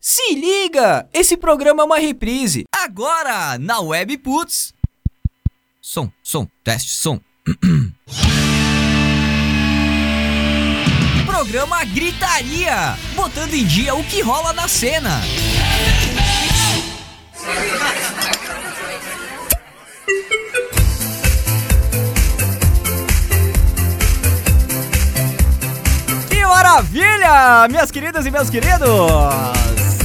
Se liga! Esse programa é uma reprise. Agora, na Web Putz. Som, som, teste, som. Programa Gritaria, botando em dia o que rola na cena. Que maravilha, minhas queridas e meus queridos!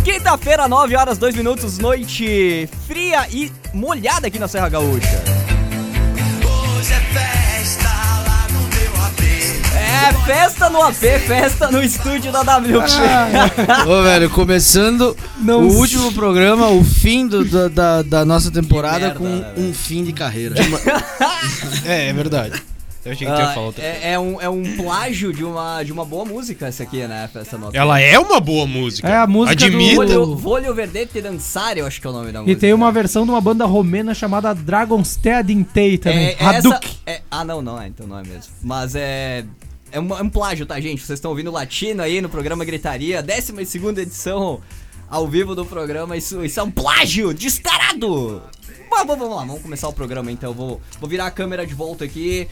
Quinta-feira, 9 horas, 2 minutos, noite fria e molhada aqui na Serra Gaúcha. Hoje é festa lá no teu AP. É, festa no AP, festa no estúdio da WP. Ah, Ô, velho, começando Não o sei. último programa, o fim do- da, da- da nossa temporada merda, com né, um fim de carreira. é, é verdade. Eu achei que tinha Ah, falta. é, é um, é um plágio de uma, de uma boa música essa aqui, né? Festa no AP. Ela é uma boa música. É a música Admita. do- Voglio, voglio Verdete Dançare, eu acho que é o nome da música. E tem uma versão de uma banda romena chamada Dragonstead Intei também. É, é essa, Hadouken. é- ah, não, não é, então não é mesmo. Mas é. É um, é um plágio, tá, gente? Vocês estão ouvindo latino aí no programa Gritaria, 12 segunda edição ao vivo do programa. Isso, isso é um plágio descarado! Mas vamos, vamos lá, vamos começar o programa então. Vou, vou virar a câmera de volta aqui.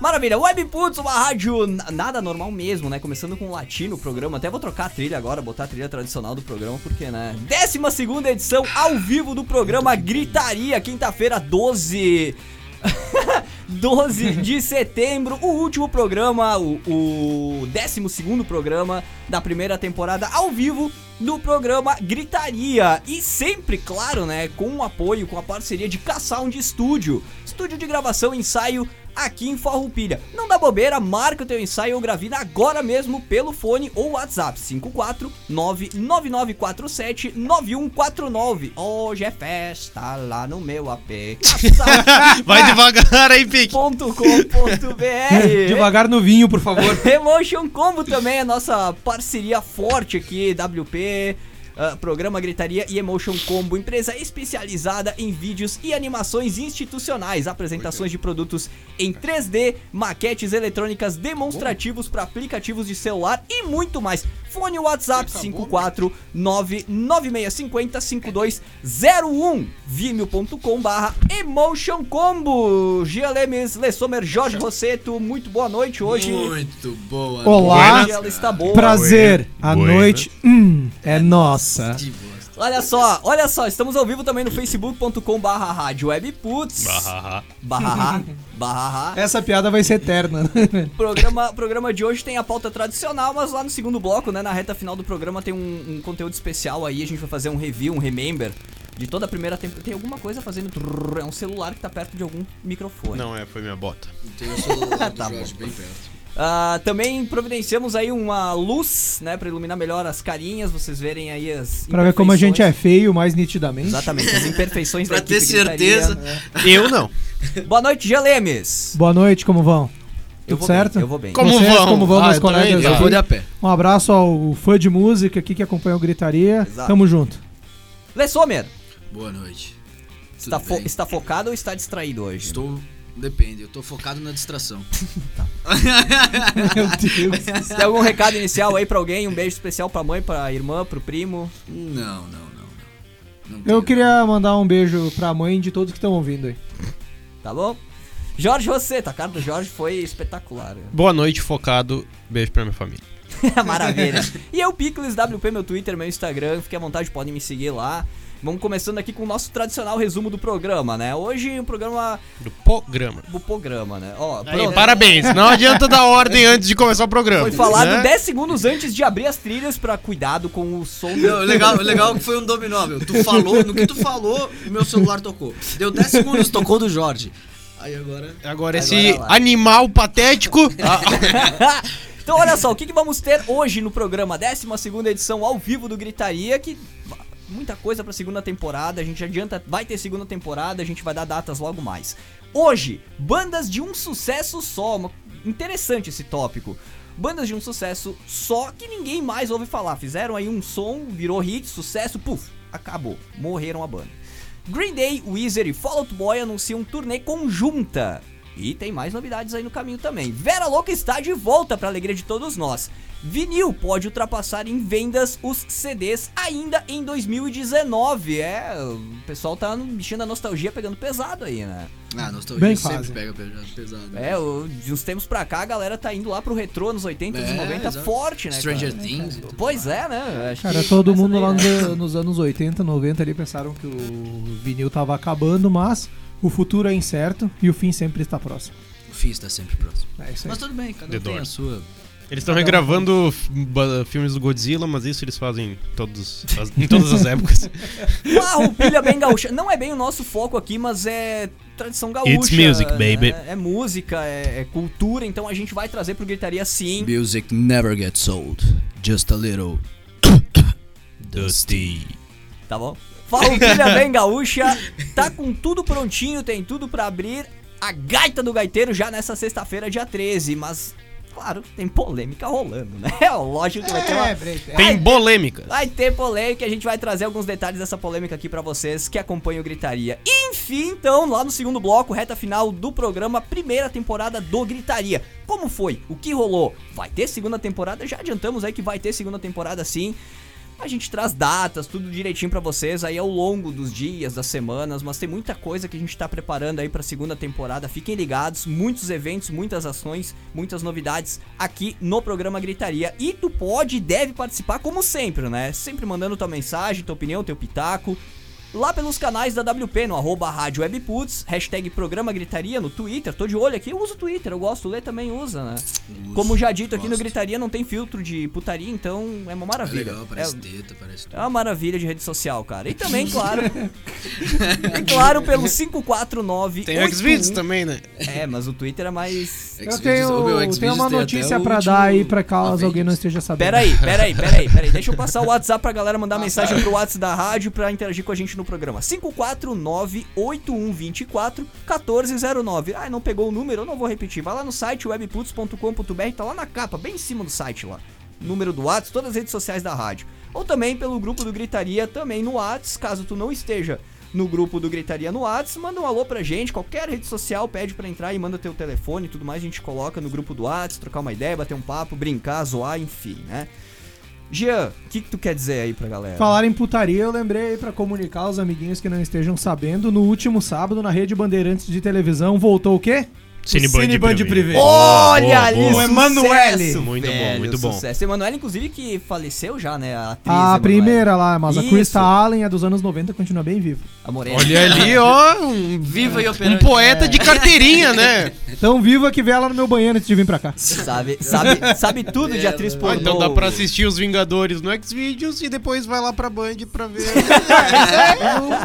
Maravilha, Web Putz, uma rádio na- nada normal mesmo, né? Começando com latino o programa. Até vou trocar a trilha agora, botar a trilha tradicional do programa, porque, né? 12 segunda edição ao vivo do programa Gritaria, quinta-feira, 12 12 de setembro, o último programa, o, o 12 programa da primeira temporada ao vivo do programa Gritaria. E sempre, claro, né, com o apoio, com a parceria de K-Sound Studio, estúdio de gravação e ensaio aqui em Farroupilha. Não dá bobeira, marca o teu ensaio ou gravina agora mesmo pelo fone ou WhatsApp 54 99947 9149. Hoje é festa lá no meu AP. K-Sound Ah. Vai devagar aí, Pique. É. www.emotioncombo.com.br É, Devagar no vinho, por favor. Emotion Combo também é nossa parceria forte aqui, WP. ah, programa Gritaria e Emotion Combo, empresa especializada em vídeos e animações institucionais, apresentações de produtos em 3D, maquetes eletrônicas, demonstrativos para aplicativos de celular e muito mais. Fone WhatsApp 54996505201 vimeo.com barra Emotion Combo. Gia Lemes, Le Sommer, Jorge Rosseto, muito boa noite hoje. Muito boa. Olá, Hoje ela está boa. prazer. A Buenas. noite hum, é nossa. Olha só, olha só, estamos ao vivo também no facebook.com barra rádio webputs barra barra Essa piada vai ser eterna. né? programa programa de hoje tem a pauta tradicional, mas lá no segundo bloco, né, na reta final do programa tem um, um conteúdo especial aí, a gente vai fazer um review, um remember de toda a primeira temporada. Tem alguma coisa fazendo trrr, é um celular que tá perto de algum microfone. Não, é, foi minha bota. Tem o celular do Tá Jorge bem perto. Ah, também providenciamos aí uma luz, né, para iluminar melhor as carinhas, vocês verem aí as Pra ver como a gente imperfeições. é feio mais nitidamente. Exatamente, as imperfeições Pra da equipe ter gritaria. certeza. Eu não. Boa noite, Gelemes. Boa noite, como vão? Eu Tudo vou certo? bem, eu vou bem. Como Vocês, vão? como vão, Ah, meus eu tô colegas? bem, Eu aqui? vou de a pé. Um abraço ao fã de música aqui que acompanhou o Gritaria. Exato. Tamo junto. Lê Sommer, Boa noite. está, Tudo fo- bem? está focado ou está distraído hoje? Estou... Depende, eu tô focado na distração. Meu Deus. Tem algum recado inicial aí pra alguém? Um beijo especial pra mãe, pra irmã, pro primo. Não, não, não. não. Não Eu tenho. queria mandar um beijo pra mãe de todos que estão ouvindo aí. Tá bom? Jorge Rosseto, a cara do Jorge foi espetacular. Boa noite, focado. Beijo pra minha família. Maravilha. E eu, Picles WP, meu Twitter, meu Instagram. Fique à vontade, podem me seguir lá. Vamos começando aqui com o nosso tradicional resumo do programa, né? Hoje o programa. Do programa. do programa, né? Ó, Aí, pronto. parabéns. Não adianta dar ordem antes de começar o programa. Foi falado né? 10 segundos antes de abrir as trilhas pra cuidado com o som do Não, legal, legal que foi um dominó, meu. Tu falou, no que tu falou, o meu celular tocou. Deu 10 segundos, tocou do Jorge. Aí agora. Agora esse Agora é lá. animal patético. ah. então, olha só, o que, que vamos ter hoje no programa? 12 edição ao vivo do Gritaria, que va- muita coisa pra segunda temporada. A gente adianta, vai ter segunda temporada, a gente vai dar datas logo mais. Hoje, bandas de um sucesso só. uma- Interessante esse tópico. Bandas de um sucesso só que ninguém mais ouve falar. Fizeram aí um som, virou hit, sucesso, puf, acabou. Morreram a banda. Green Day, Weezer e Fall Out Boy anunciam um turnê conjunta. E tem mais novidades aí no caminho também. Vera Louca está de volta para alegria de todos nós. Vinil pode ultrapassar em vendas os CDs ainda em 2019. É, o pessoal tá no bichinho da nostalgia pegando pesado aí, né? Ah, Bem nostalgia sempre fácil. pega pe- pesado. É, o- de uns tempos pra cá a galera tá indo lá pro retrô nos 80, nos É, 90 exato. forte, né? Stranger cara? Things. então, e tudo Pois é, né? Acho Cara, que todo começa mundo daí, lá né? nos, nos anos 80, 90 ali pensaram que o vinil tava acabando, mas o futuro é incerto e o fim sempre está próximo. mais. O fim está sempre próximo. É isso aí. Mas tudo bem, cada The um tem a Doors. sua. Eles estão regravando f- ba- filmes do Godzilla, mas isso eles fazem em todos as- em todas as épocas. Uma roupilha bem gaúcha. Não é bem o nosso foco aqui, mas é tradição gaúcha. It's music, né? baby. É música, é, é cultura, então a gente vai trazer pro Gritaria sim. Music never gets old. Just a little. Dusty. Tá bom? Farroupilha bem gaúcha, tá com tudo prontinho, tem tudo pra abrir. A gaita do gaiteiro já nessa sexta-feira, dia 13, mas claro, tem polêmica rolando, né? Lógico que vai ter uma É, é. Tem polêmica. Vai ter polêmica, a gente vai trazer alguns detalhes dessa polêmica aqui pra vocês que acompanham o Gritaria. Enfim, então, lá no segundo bloco, reta final do programa, primeira temporada do Gritaria. Como foi? O que rolou? Vai ter segunda temporada? Já adiantamos aí que vai ter segunda temporada sim. A gente traz datas, tudo direitinho pra vocês aí ao longo dos dias, das semanas, mas tem muita coisa que a gente tá preparando aí pra segunda temporada. Fiquem ligados, muitos eventos, muitas ações, muitas novidades aqui no programa Gritaria. E tu pode e deve participar como sempre, né? Sempre mandando tua mensagem, tua opinião, teu pitaco. Lá pelos canais da WP, no arroba Rádio Webputs, hashtag Programa Gritaria no Twitter, tô de olho aqui, eu uso o Twitter, eu gosto, o Lê também usa, né? Como já dito aqui no gosto. Gritaria, não tem filtro de putaria, então é uma É maravilha. legal, parece É- teta, parece tudo. é uma maravilha de rede social, cara. E também, claro. e claro, pelo 549. Tem X-Videos também, né? É, mas o Twitter é mais. Xvideos- Eu tenho, ô, meu, é Xvideos tenho uma tem até notícia o pra último dar aí pra caso alguém não Avengers. esteja sabendo. Peraí, peraí, peraí, peraí. Deixa eu passar o WhatsApp pra galera mandar mensagem pro WhatsApp da rádio pra interagir com a gente no programa. 549-8124-1409. Ah, não pegou o número? Eu não vou repetir. Vai lá no site webputs.com.br, tá lá na capa, bem em cima do site lá. Número do WhatsApp, todas as redes sociais da rádio. Ou também pelo grupo do Gritaria, também no WhatsApp, caso tu não esteja no grupo do Gritaria no Whats, manda um alô pra gente, qualquer rede social pede pra entrar e manda teu telefone e tudo mais, a gente coloca no grupo do Whats, trocar uma ideia, bater um papo, brincar, zoar, enfim, né? Jean, o que, que tu quer dizer aí pra galera? Falar em putaria, eu lembrei aí pra comunicar aos amiguinhos que não estejam sabendo, no último sábado, na Rede Bandeirantes de televisão, voltou o quê? Cineband Cineband Privé. Privé. Olha ali, boa. sucesso, Emanuele. Muito bom, velho, muito bom. Sucesso. Emanuele, inclusive, que faleceu já, né? A, atriz A Emanuele. primeira lá, mas a Isso. Krista Allen é dos anos 90 continua bem viva. A Morena. Olha ali, ó. Um, Viva Ah. e um operante. poeta de carteirinha, né? Tão viva que vê ela no meu banheiro antes de vir pra cá. Sabe, sabe, sabe tudo de atriz pornô. Ah, então dá pra assistir os Vingadores no Xvideos e depois vai lá pra Band pra ver.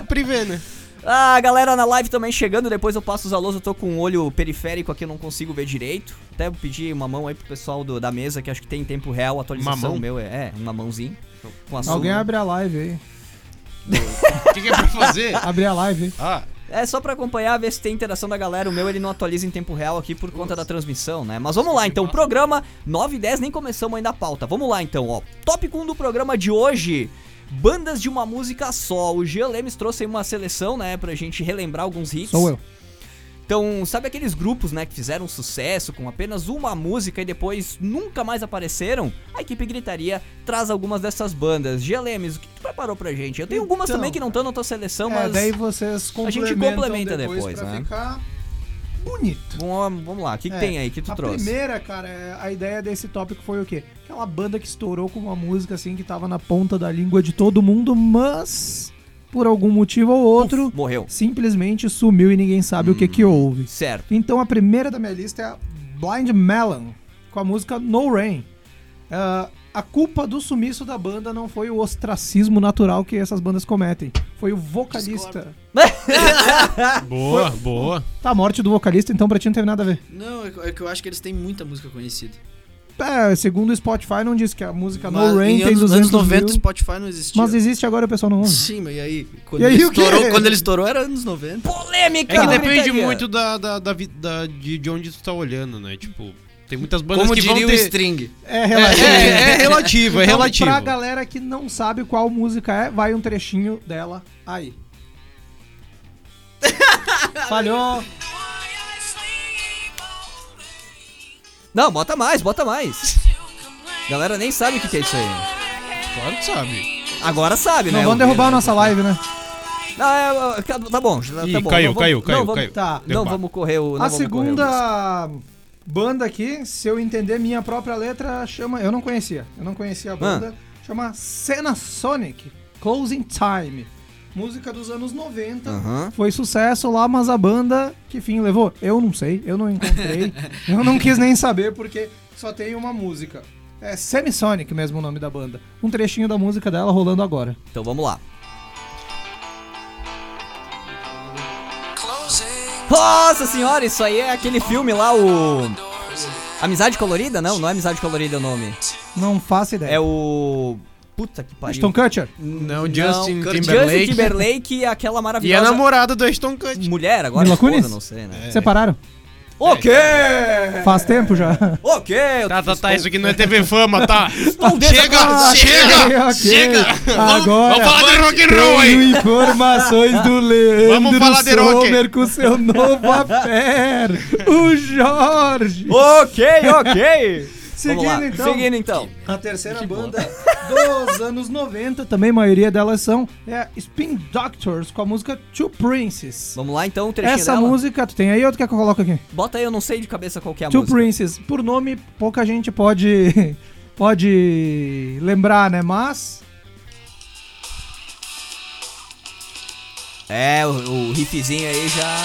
o Privé, né? Ah, a galera na live também chegando, depois eu passo os alôs, eu tô com um olho periférico aqui, eu não consigo ver direito. Até vou pedir uma mão aí pro pessoal do- da mesa, que acho que tem em tempo real, atualização Mamão? meu, é, é, uma mãozinha. Com açúcar. Alguém abre a live aí. O que, que é pra fazer? Abre a live aí. Ah, É só pra acompanhar, ver se tem interação da galera. O meu ele não atualiza em tempo real aqui por conta da transmissão, né? Mas vamos lá então, programa 9 e 10 nem começamos ainda a pauta. Vamos lá então, ó. Tópico 1 do programa de hoje. Bandas de uma música só. O Jean Lemes trouxe aí uma seleção, né, pra gente relembrar alguns hits. Sou eu. Então, sabe aqueles grupos, né, que fizeram sucesso com apenas uma música e depois nunca mais apareceram? A equipe Gritaria traz algumas dessas bandas. Gelemes, o que tu preparou pra gente? Eu tenho algumas Então, também que não estão na tua seleção, É, mas daí vocês a complementam gente complementa depois, pra né? ficar bonito. vamos, vamos lá, o que, que É, tem aí que tu a trouxe? primeira, cara, é- a ideia desse tópico foi o quê? Aquela banda que estourou com uma música assim que tava na ponta da língua de todo mundo, mas por algum motivo ou outro, Uf, morreu. simplesmente sumiu e ninguém sabe o que Hum. que houve. Certo. Então a primeira da minha lista é a Blind Melon, com a música No Rain. Ah, a culpa do sumiço da banda não foi o ostracismo natural que essas bandas cometem. Foi o vocalista. boa, boa. Tá, a morte do vocalista, então pra ti não teve nada a ver. Não, é que- é que eu acho que eles têm muita música conhecida. É, segundo o Spotify, não diz que a música Mas No Rain em tem anos, 200 anos 90 mil, Spotify não existia. Mas existe agora, o pessoal não ouve. Sim, mas e aí? Quando, E aí, ele o quê? estourou, quando ele estourou era anos 90. Polêmica! É que do depende Gritaria. muito da, da, da, vi- da- de, de onde tu tá olhando, né? Tipo, tem muitas bandas Como que vão diria o ter... String. É É, relativo. é, é relativo, é Então, relativo. Pra galera que não sabe qual música é, vai um trechinho dela aí. Falhou. Swing Não, bota mais, bota mais. Galera nem sabe o que que é isso aí. Claro que sabe. Agora sabe, Não né? vão derrubar a o- nossa live, né? Ah, é, tá, tá bom, já tá Ih, bom. caiu, Não vamos- caiu, caiu, não vamos- caiu. tá. Não Derrubar. vamos correr o. não A vamos correr o risco. segunda banda aqui, se eu entender minha própria letra, chama. Eu não conhecia. Eu não Ah. conhecia a banda. Chama Cena Sonic Closing Time. Música dos anos 90. Aham. Foi sucesso lá, mas a banda, que fim levou? Eu não sei, eu não encontrei. eu não quis nem saber porque só tem uma música. É Semisonic mesmo o nome da banda. Um trechinho da música dela rolando agora. Então vamos lá. Nossa senhora, isso aí é aquele filme lá, o. Amizade Colorida? Não, não é Amizade Colorida o nome. Não faço ideia. É o. Puta que pariu. Ashton Kutcher? Não, Não, Justin Kurt- Timberlake. Justin Timberlake e aquela E a maravilhosa namorada do Ashton Kutcher. mulher agora, Mila esposa, Kunis? não sei, né? Separaram? Ok! Faz tempo já. Ok! eu Tá, tá, tá, estou- isso aqui não é TV Fama, tá? Chega! Ok, Ah, ok. Agora Vamos falar de rock and roll aí! tenho informações do Leandro Vamos falar de rock. Sommer com seu novo affair, o Jorge. Ok, ok! Seguindo Vamos lá. então. Seguindo então. A terceira banda dos anos 90, também a maioria delas são, é Spin Doctors, com a música Two Princes. Vamos lá então, o trechinho Essa dela. música, tu tem aí ou tu quer que eu coloque aqui? Bota aí, eu não sei de cabeça qual que é a Two música. Princes, por nome pouca gente pode pode lembrar, né? Mas É, o, o riffzinho aí já.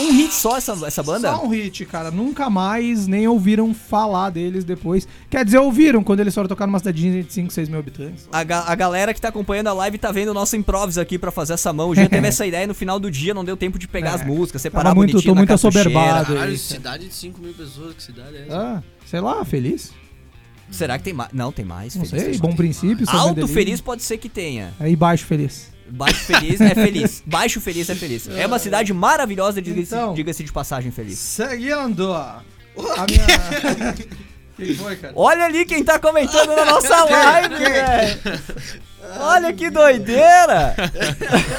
Um hit só essa, essa banda? só um hit, cara. Nunca mais nem ouviram falar deles depois. Quer dizer, ouviram quando eles foram tocar numa cidadezinha de 5, 6 mil habitantes. A, ga- a galera que tá acompanhando a live tá vendo o nosso improviso aqui pra fazer essa mão. O Jean teve essa ideia e no final do dia não deu tempo de pegar É, as músicas, separar tava muito- bonitinho tô na muito cartucheira. assoberbado. Caralho, isso. cidade de 5 mil pessoas, que cidade é essa? Ah, sei lá, feliz? Será que tem mais? Não, tem mais. Não Feliz sei, tem bom mais. princípio. São Alto Benedito. feliz pode ser que tenha. Aí baixo feliz. Baixo feliz é feliz. Baixo feliz é feliz. É uma cidade maravilhosa, diga-se Então. diga-se de passagem feliz. Seguindo. A minha... que foi, cara? Olha ali quem tá comentando na nossa live, velho. Olha que doideira!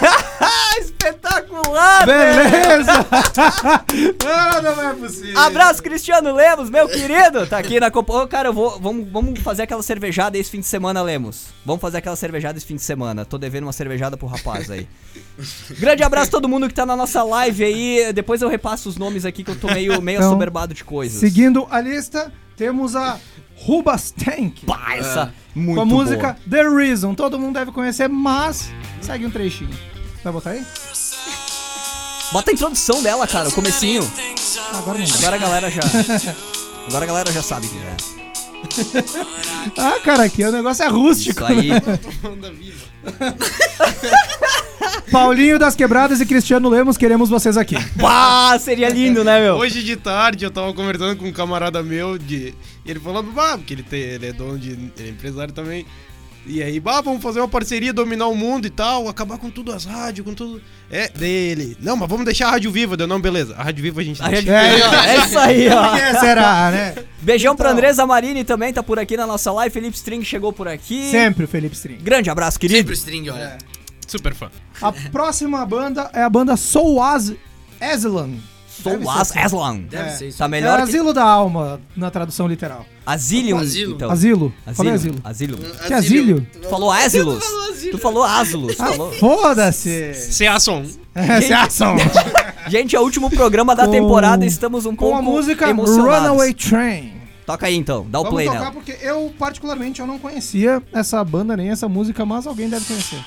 Espetacular, velho! Beleza! não, não é possível. Abraço, Cristiano Lemos, meu querido! Tá aqui na Copa. Ô, cara, eu vou. Vamos, vamos fazer aquela cervejada esse fim de semana, Lemos. Vamos fazer aquela cervejada esse fim de semana. Tô devendo uma cervejada pro rapaz aí. Grande abraço a todo mundo que tá na nossa live aí. Depois eu repasso os nomes aqui que eu tô meio, meio Então, assoberbado de coisas. Seguindo a lista, temos a Rubastank. Pá, essa muito Com a boa. música The Reason. Todo mundo deve conhecer, mas segue um trechinho. Vai botar aí? Bota a introdução dela, cara, o comecinho. Agora não. Agora a galera já. Agora a galera já sabe que é. Ah, cara, aqui o negócio é Isso rústico. aí. Paulinho das Quebradas e Cristiano Lemos, queremos vocês aqui. Pá, seria lindo, né, meu? Hoje de tarde eu tava conversando com um camarada meu de. E ele falando, bah, porque ele, tem, ele é dono de. Ele é empresário também. E aí, bah, vamos fazer uma parceria, dominar o mundo e tal, acabar com tudo as rádios, com tudo. É, dele. Não, mas vamos deixar a rádio viva, deu não, beleza. A rádio viva a gente A deixa. gente- É isso aí, ó. É, será, né? Beijão pra Andresa Marini também, tá por aqui na nossa live. Felipe String chegou por aqui. Sempre o Felipe String. Grande abraço, querido. Sempre string, É. olha. Super fã. A próxima banda é a banda Soul As Aslan. Deve Sou ser assim. As Aslan. Deve ser isso. Tá É melhor que... Asilo da Alma, na tradução literal. Asilium, Asilo. então. Asilo? Falei Asilo. asilo. Asilo. Que asilo? Tu falou Asilos. Tu falou Asilos. Ah, falou. foda-se! Se som. Essa é a ação. Gente, é o último programa da Com- temporada. Estamos um Com pouco a música emocionados. Runaway Train. Toca aí, então. Dá o Vamos play tocar nela. porque eu, particularmente, eu não conhecia essa banda nem essa música, mas alguém deve conhecer.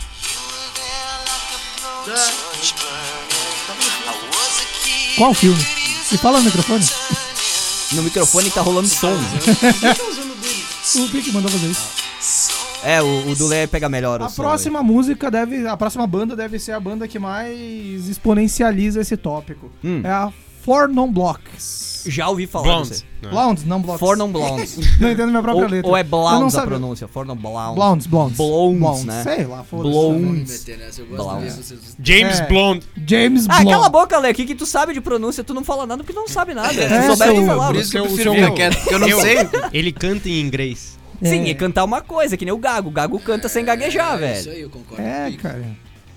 Qual filme? E fala no microfone. No microfone tá rolando som. O Pique mandou fazer isso. É, o, o do Lé pega melhor o A som próxima música deve. A próxima banda deve ser a banda que mais exponencializa esse tópico. Hum. É a Four Non Blocks. aí. né? Já ouvi falar. Blonde. disso. Blondes, não blocks. Fornon Blondes. Não entendo minha própria Hum. ou, letra. ou é Eu não Blondes a sabia. pronúncia. Fornon Blondes. Blondes, blondes. Blondes, né? Sei lá, foda-se. Me Blondes. meter nessa, eu Blau. gosto mesmo. James É. Blonde. James Ah, Blonde. cala a boca, Lê. O que, que tu sabe de pronúncia? Tu não fala nada porque não sabe nada. Se souber, sou tu É, eu. falava. Por É, isso que eu Os prefiro meus. ficar quieto, porque eu É não sei. Ele canta em inglês. Sim, É. é cantar uma coisa, que nem o Gago. O Gago canta sem gaguejar, Isso velho. aí, eu concordo. É, comigo. cara.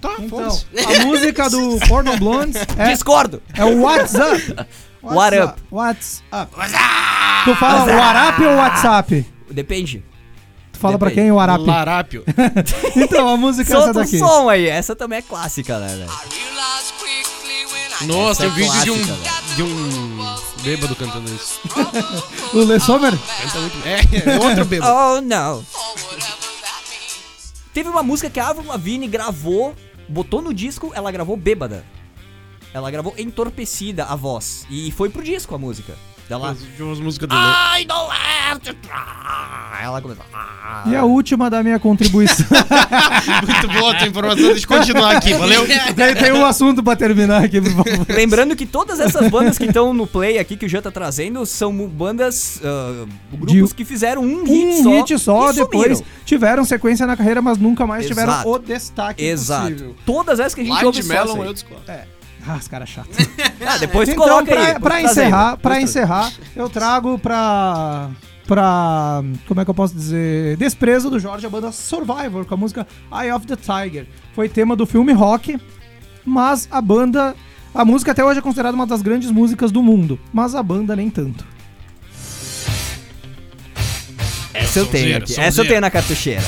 Tá, Então, foda-se. a música do Porno Blondes é, Discordo! é o WhatsApp. What up? WhatsApp. Tu fala WhatsApp ou WhatsApp? Depende. Tu fala pra Depende. quem é o WhatsApp? Larápio. Então, a música é essa Solta um daqui. som aí, essa também é clássica, né, velho? Nossa, Essa é eu vídeo de um, clássica, velho. de um bêbado cantando isso. O Le Sommer? Canta muito É, é outro bêbado. Oh, não. Teve uma música que a Avril Lavigne gravou, botou no disco, ela gravou bêbada. Ela gravou entorpecida a voz. E foi pro disco a música. Dela. As últimas músicas do Le- I don't have to try. Ela começou. "Ah, E a última da minha contribuição. Muito boa a tua informação, deixa eu continuar aqui, valeu? Tem, tem um assunto pra terminar aqui, por favor. Lembrando que todas essas bandas que estão no play aqui, que o Jean tá trazendo, são mu- bandas, ah, grupos que fizeram um hit Um só. hit só, e depois sumiram. tiveram sequência na carreira, mas nunca mais Exato. tiveram o destaque Exato. possível. Todas essas que a gente ouve Blind só isso Melon, aí. eu discordo. Ah, os caras chatos. Ah, depois tu Então, coloca aí. pra, depois pra tu traz aí, depois encerrar, pra tu traz. encerrar, eu trago pra... Pra. Como é que eu posso dizer? Desprezo do Jorge, a banda Survivor, com a música Eye of the Tiger. Foi tema do filme rock, mas a banda. A música até hoje é considerada uma das grandes músicas do mundo, mas a banda nem tanto. É, Essa eu tenho Sonzeira, aqui. sonzeira. Essa eu tenho na cartucheira.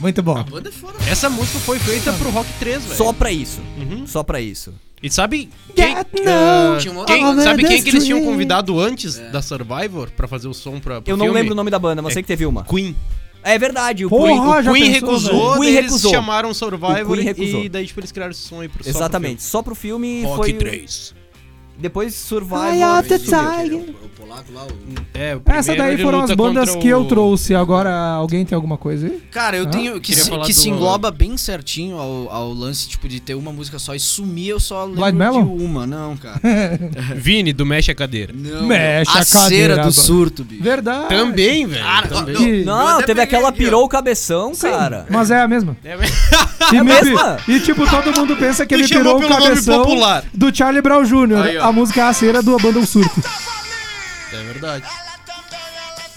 Muito bom. Manda fora. Essa música foi feita pro Rock 3, velho. Uhum. Só pra isso. Só pra isso. E sabe quem, Get ah, no- Tinha uma outra quem banda. sabe quem é que eles tinham Street. convidado antes da Survivor pra fazer o som pra pro Eu não filme? lembro o nome da banda, mas É. sei que teve uma. Queen. É verdade, o Porra, Queen. Ah, já o Queen pensou, recusou, velho? daí Queen eles recusou. chamaram O Survivor Queen recusou. e daí tipo eles criaram esse som aí pro só pro Exatamente, só pro filme filme. foi. Rock 3. Depois Ai, Survival. a- The Isso, Tiger. O o polaco lá, o É, o Essa primeiro daí ele foram as luta bandas contra que eu o- trouxe. Agora, alguém tem alguma coisa aí? Cara, eu Ah, tenho. Que, queria se, falar que do- se engloba bem certinho ao, ao lance, tipo, de ter uma música só e sumir, eu só lembro Blind Melon? de uma, não, cara. Vini do Mexe a Cadeira. Não. Mexe a a cera cadeira, do mano. surto, bicho. Verdade. Também, velho. Cara, também. ó, Que- Eu Não, até teve peguei aquela aqui, ó. pirou o cabeção, cara. Mas é a mesma. É mesmo? E, É a me- mesma? e, tipo, todo mundo pensa que Tu ele chamou tirou o pelo nome cabeção popular. do Charlie Brown Aí, Jr., ó. a música raceira do Abandon Surto. É verdade.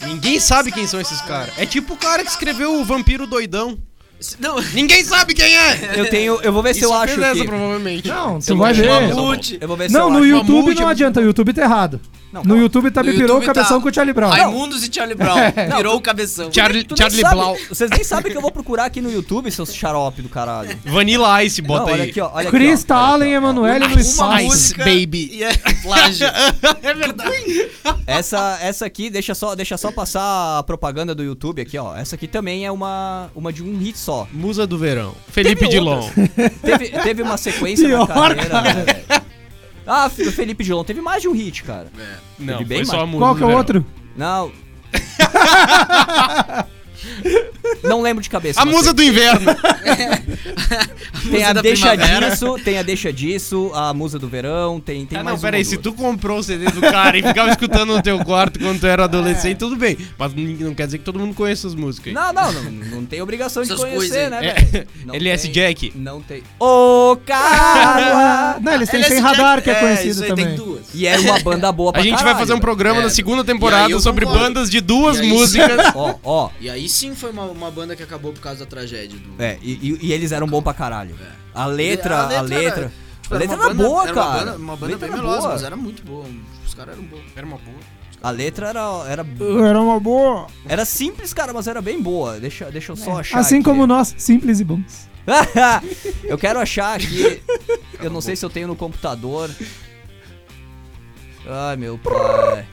Ninguém sabe quem são esses caras. É tipo o cara que escreveu o Vampiro Doidão. Se- Não, Ninguém sabe quem é! Eu tenho. Eu vou ver se eu acho. fez essa, aqui. provavelmente. é Não, tu Sei vai lá, ver. chamava essa Mamute. Eu vou ver se Não, eu no acho. YouTube Mamute é não adianta, o YouTube tá errado. Não, No YouTube tá No me pirou o YouTube cabeção tá- com o Charlie Brown. É. Raimundos e Charlie Brown. Virou o cabeção. Charlie, Tu nem Charlie sabe- Blau. Vocês nem sabem que eu vou procurar aqui no YouTube, seus xarope do caralho. Vanilla Ice, não, bota aí. olha aqui, ó. Olha aqui, Chris ó. Allen, Emanuele e Luiz Uma Sassi. música. baby. E é plágio. É verdade. Essa, essa aqui, deixa só, deixa só passar a propaganda do YouTube aqui, ó. Essa aqui também é uma, uma de um hit só. Musa do Verão. Felipe Dilon. Teve, teve uma sequência Pior, na carreira, cara. né, velho? Ah, fi- o Felipe Dilon teve mais de um hit, cara. Não, Teve foi bem só mais. a Musa Qual do que é o Verão. outro? Não. Não lembro de cabeça. A mas Musa do Inverno. tem, tem Musa a da deixa Primavera. disso, tem a deixa disso, a musa do verão, tem tem ah, mais não, uma peraí, ou se duas. tu comprou o CD do cara e ficava escutando no teu quarto quando tu era adolescente, tudo bem. Mas n- não quer dizer que todo mundo conheça as músicas. Não, não, não, não tem obrigação de Essas conhecer, coisas né, aí. velho? Não LS tem- é Jack. Não tem. Ô, cara! Ah, não, eles têm Ele sem é- radar que é isso conhecido aí também. Tem duas. E era uma banda boa pra A gente vai caralho, fazer um velho. programa É. na segunda E aí temporada eu sobre concordo. bandas de duas E aí- músicas. Ó, ó. E aí sim foi uma, uma banda que acabou por causa da tragédia. Do... É, e, e- e eles eram bons pra caralho. A letra, E a letra. tipo, a letra uma era banda- boa, era uma cara. banda- Uma banda Letra bem era melosa, boa. mas era muito boa. Os caras eram bons. Era uma boa. A letra era, era, Era uma boa. era simples, cara, mas era bem boa. Deixa, deixa eu só achar. Assim aqui. como nós, simples e bons. eu quero achar aqui. Eu não sei se eu tenho no computador. Ai, meu pai.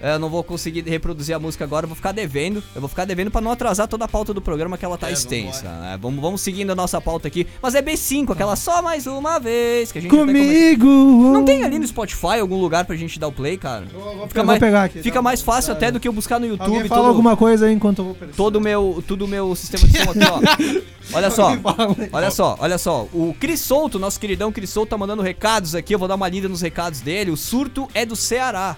É, Eu não vou conseguir reproduzir a música agora, eu vou ficar devendo. Eu vou ficar devendo pra não atrasar toda a pauta do programa que ela tá extensa. né? Vamos, vamos seguindo a nossa pauta aqui. Mas é B5, aquela só mais uma vez que a gente até comentou. Comigo! Não tem ali no Spotify algum lugar pra gente dar o play, cara? eu vou pegar aqui, fica tá? mais fácil até do que eu buscar no YouTube. Alguém fala todo- alguma coisa aí enquanto eu vou pensar. todo o meu, todo o meu sistema de som aqui, ó. Olha só. Olha só, olha só. O Cris Souto, nosso queridão Cris Souto, tá mandando recados aqui. Eu vou dar uma lida nos recados dele. O surto é do Ceará.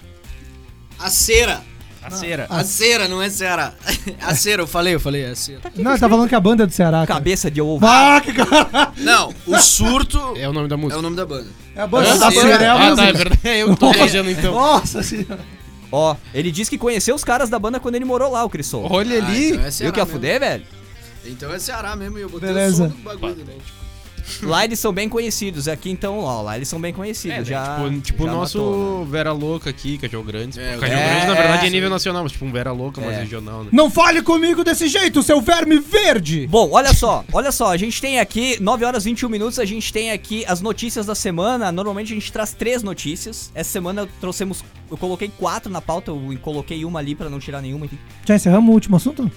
A cera. A cera. A cera, não é Ceará. A cera, eu falei, eu falei, é a cera. Não, ele tá falando que a banda é do Ceará. cara. Cabeça de ovo. Ah, que cara! Não, o surto É o nome da é música. o nome da banda. É a banda Hã? da Sim, Ceará, é é a ah, tá, é música. verdade. É eu que tô viajando então. Nossa senhora. Ó, ele diz que conheceu os caras da banda quando ele morou lá, o Cris Souto. Olha Ah, ali. então é Viu Ceará que ia mesmo. fuder, velho? Então é Ceará mesmo e eu botei Beleza. o som do bagulho, né? Lá eles são bem conhecidos, aqui então, ó, lá eles são bem conhecidos. É, já, tipo, tipo o já nosso matou, né? Vera Louca aqui, Cachorro Grande. É, Cachorro é, Grande, na verdade, é, é nível nacional, mas tipo um Vera Louca, mais regional, né? Não fale comigo desse jeito, seu verme verde! Bom, olha só, olha só, a gente tem aqui 9 horas e 21 minutos, a gente tem aqui as notícias da semana. Normalmente a gente traz três notícias. Essa semana eu trouxemos, eu coloquei quatro na pauta, eu coloquei uma ali pra não tirar nenhuma. enfim. Já encerramos o último assunto?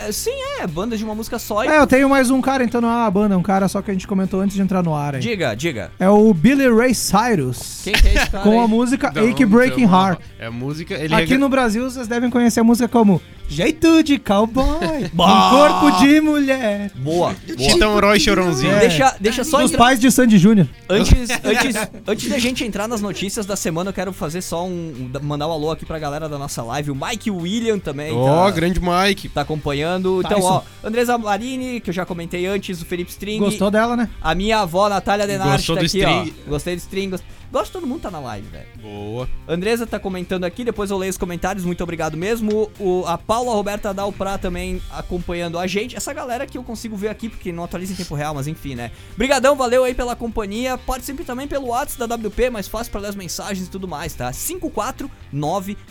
É, sim, é, bandas de uma música só. e- É, eu tenho mais um cara, então não é uma banda, é um cara só que a gente comentou antes de entrar no ar aí. Diga, diga. É o Billy Ray Cyrus. Quem que é esse cara? Com aí? a música Não, Ache não Breaking tem uma- Heart. É música. Ele Aqui é- no Brasil vocês devem conhecer a música como Jeito de Cowboy, um corpo de mulher. Boa. Titão Roy Chorãozinho. É. Deixa, deixa só Dos entrar- pais de Sandy Júnior. Antes, antes, antes da gente entrar nas notícias da semana, eu quero fazer só um. um- mandar um alô aqui pra galera da nossa live. O Mike William então. também. Ó, tá- grande Mike. Tá acompanhando. Então, Tyson. ó, Andresa Marini, que eu já comentei antes, o Felipe String. Gostou dela, né? A minha avó, Natália Denardi, Gostou tá do aqui, String. ó. Gostei do String. gost- Gosto de todo mundo tá na live, velho. Boa. Andresa tá comentando aqui, depois eu leio os comentários, muito obrigado mesmo. O, a Paula Roberta Dalprá também acompanhando a gente. Essa galera que eu consigo ver aqui, porque não atualiza em tempo real, mas enfim, né? Brigadão, valeu aí pela companhia. Participe também pelo WhatsApp da WP, mais fácil para ler as mensagens e tudo mais, tá?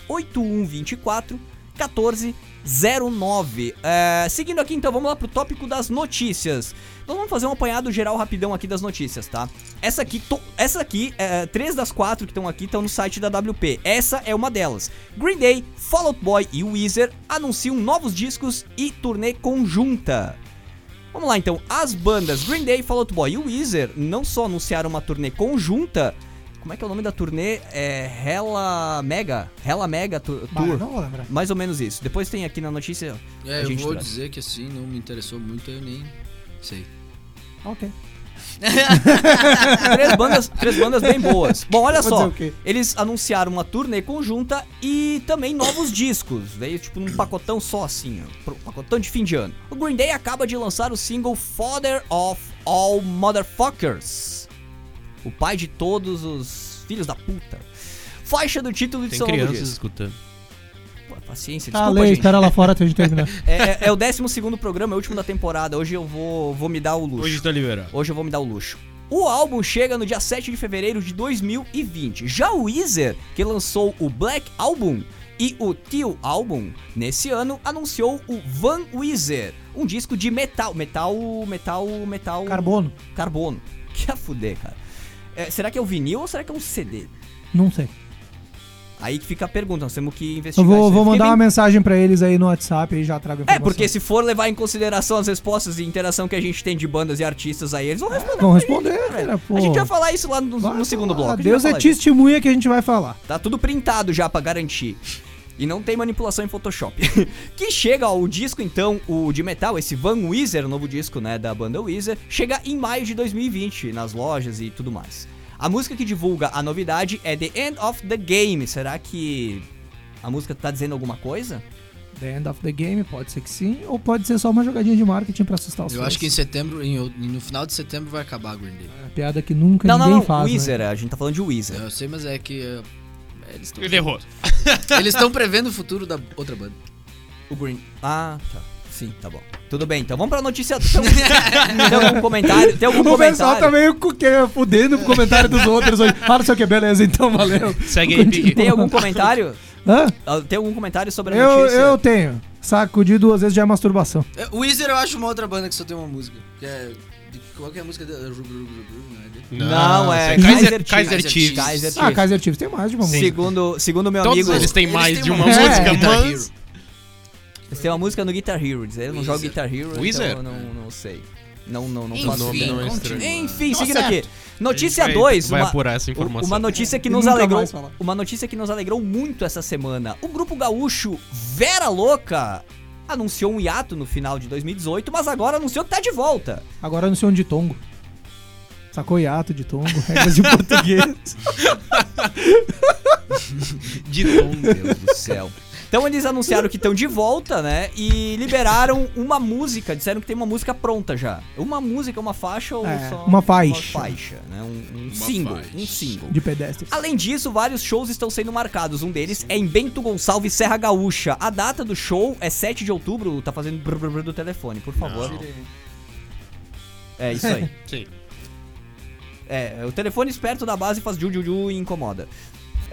5498124 1409. É, seguindo aqui, então, vamos lá pro tópico das notícias. Nós vamos fazer um apanhado geral rapidão aqui das notícias, tá? Essa aqui, to- essa aqui é, três das quatro que estão aqui estão no site da WP. Essa é uma delas. Green Day, Fall Out Boy e Weezer anunciam novos discos e turnê conjunta. Vamos lá então, as bandas Green Day, Fall Out Boy e Weezer não só anunciaram uma turnê conjunta, como é que é o nome da turnê? É Hella Mega, Hella Mega Tour. Bah, eu não vou lembrar. Mais ou menos isso. Depois tem aqui na notícia. É, a eu gente vou traz. dizer que assim, não me interessou muito, eu nem sei. Ok. Três bandas, três bandas bem boas. Bom, olha Vou só. dizer o quê? Eles anunciaram uma turnê conjunta e também novos discos. Daí, tipo, num pacotão só assim, ó. pro- Pacotão de fim de ano. O Green Day acaba de lançar o single Father of All Motherfuckers. O pai de todos os filhos da puta. Faixa do título de Tem um São Longo crianças Dias. escutando. Pô, Paciência, Tá, desculpa, Lei, gente. espera lá fora até a gente terminar. É, é o 12 programa, é o último da temporada. Hoje eu vou, vou me dar o luxo. Hoje tá liberado. Hoje eu vou me dar o luxo. O álbum chega no dia 7 de fevereiro de 2020. Já o Weezer, que lançou o Black Album e o Teal Album, nesse ano anunciou o Van Weezer, um disco de metal, metal, metal, metal, Carbono? carbono. Que a fuder, cara. É, será que é o vinil ou será que é um CD? Não sei. Aí que fica a pergunta, nós temos que Eu investigar vou, isso aí. vou Fiquei mandar bem uma mensagem pra eles aí no WhatsApp e já trago a É, informação. porque se for levar em consideração as respostas e interação que a gente tem de bandas e artistas aí, eles vão responder. Vão pra responder, gente, né, cara, pô. A gente vai falar isso lá no, no Vai falar, segundo bloco. a gente Deus vai é falar isso. testemunha que a gente vai falar. Tá tudo printado já pra garantir. E não tem manipulação em Photoshop. que chega ó, o disco então, o de metal, esse Van Weezer, o novo disco, né, da banda Weezer, chega em maio de 2020 nas lojas e tudo mais. A música que divulga a novidade é The End of the Game. Será que a música tá dizendo alguma coisa? The End of the Game, pode ser que sim, ou pode ser só uma jogadinha de marketing pra assustar os Eu fãs. acho que em setembro, em- no final de setembro vai acabar a Green Day. É uma piada que nunca não, ninguém não, não, faz. né? Weezer, a gente tá falando de Weezer. Eu sei, mas é que eh, eles estão Ele errou. eles estão prevendo o futuro da outra banda. O Green. Ah, tá. Sim, tá bom. Tudo bem, então vamos pra notícia. tem algum comentário? Tem algum O pessoal comentário? tá meio cu- que- fudendo com o comentário dos outros hoje. Ah, não sei o que, beleza, então valeu. Segue aí, Pique. Tem algum comentário? Hã? Ah, Tem algum comentário sobre a Eu, notícia? eu tenho. Sacudir duas vezes já é masturbação. É, O Weezer eu acho uma outra banda que só tem uma música. Que é. de- Qual que é a música dele? É Rub, Rub, Rub, Rub, não é dele? Não, é isso Kaiser, Kaiser Chiefs. Chiefs. Kaiser Ah, Chiefs. Kaiser Chiefs tem mais de uma música. Segundo, segundo meu Todos amigo, eles eles têm Eles mais têm de uma uma música, música. mas... têm uma música no Guitar Hero. Eles não Wizard. jogam Guitar Hero, Wizard? então eu não, não sei. Não, não, não Enfim, faço ideia. não é continua. estranho. Enfim, seguindo aqui. Notícia 2, é. Vai uma, apurar essa u- informação. uma notícia que E nos nunca alegrou, mais falar. uma notícia que nos alegrou muito essa semana. O grupo gaúcho Vera Louca anunciou um hiato no final de 2018, mas agora anunciou que tá de volta. Agora eu não sei onde tongo. Sacou hiato de tongo, regras de português. De tom. Deus do céu. Então eles anunciaram que estão de volta, né? E liberaram uma música, disseram que tem uma música pronta já. Uma música, uma faixa ou É, só uma faixa. Uma faixa, né? Um, um single, um single. De pedestres. Além disso, vários shows estão sendo marcados. Um deles é em Bento Gonçalves, Serra Gaúcha. A data do Tá show é 7 de outubro. Tá fazendo brr, brr, brr do telefone, por favor. É isso aí. Sim. É, o telefone esperto da base faz ju-ju-ju e incomoda.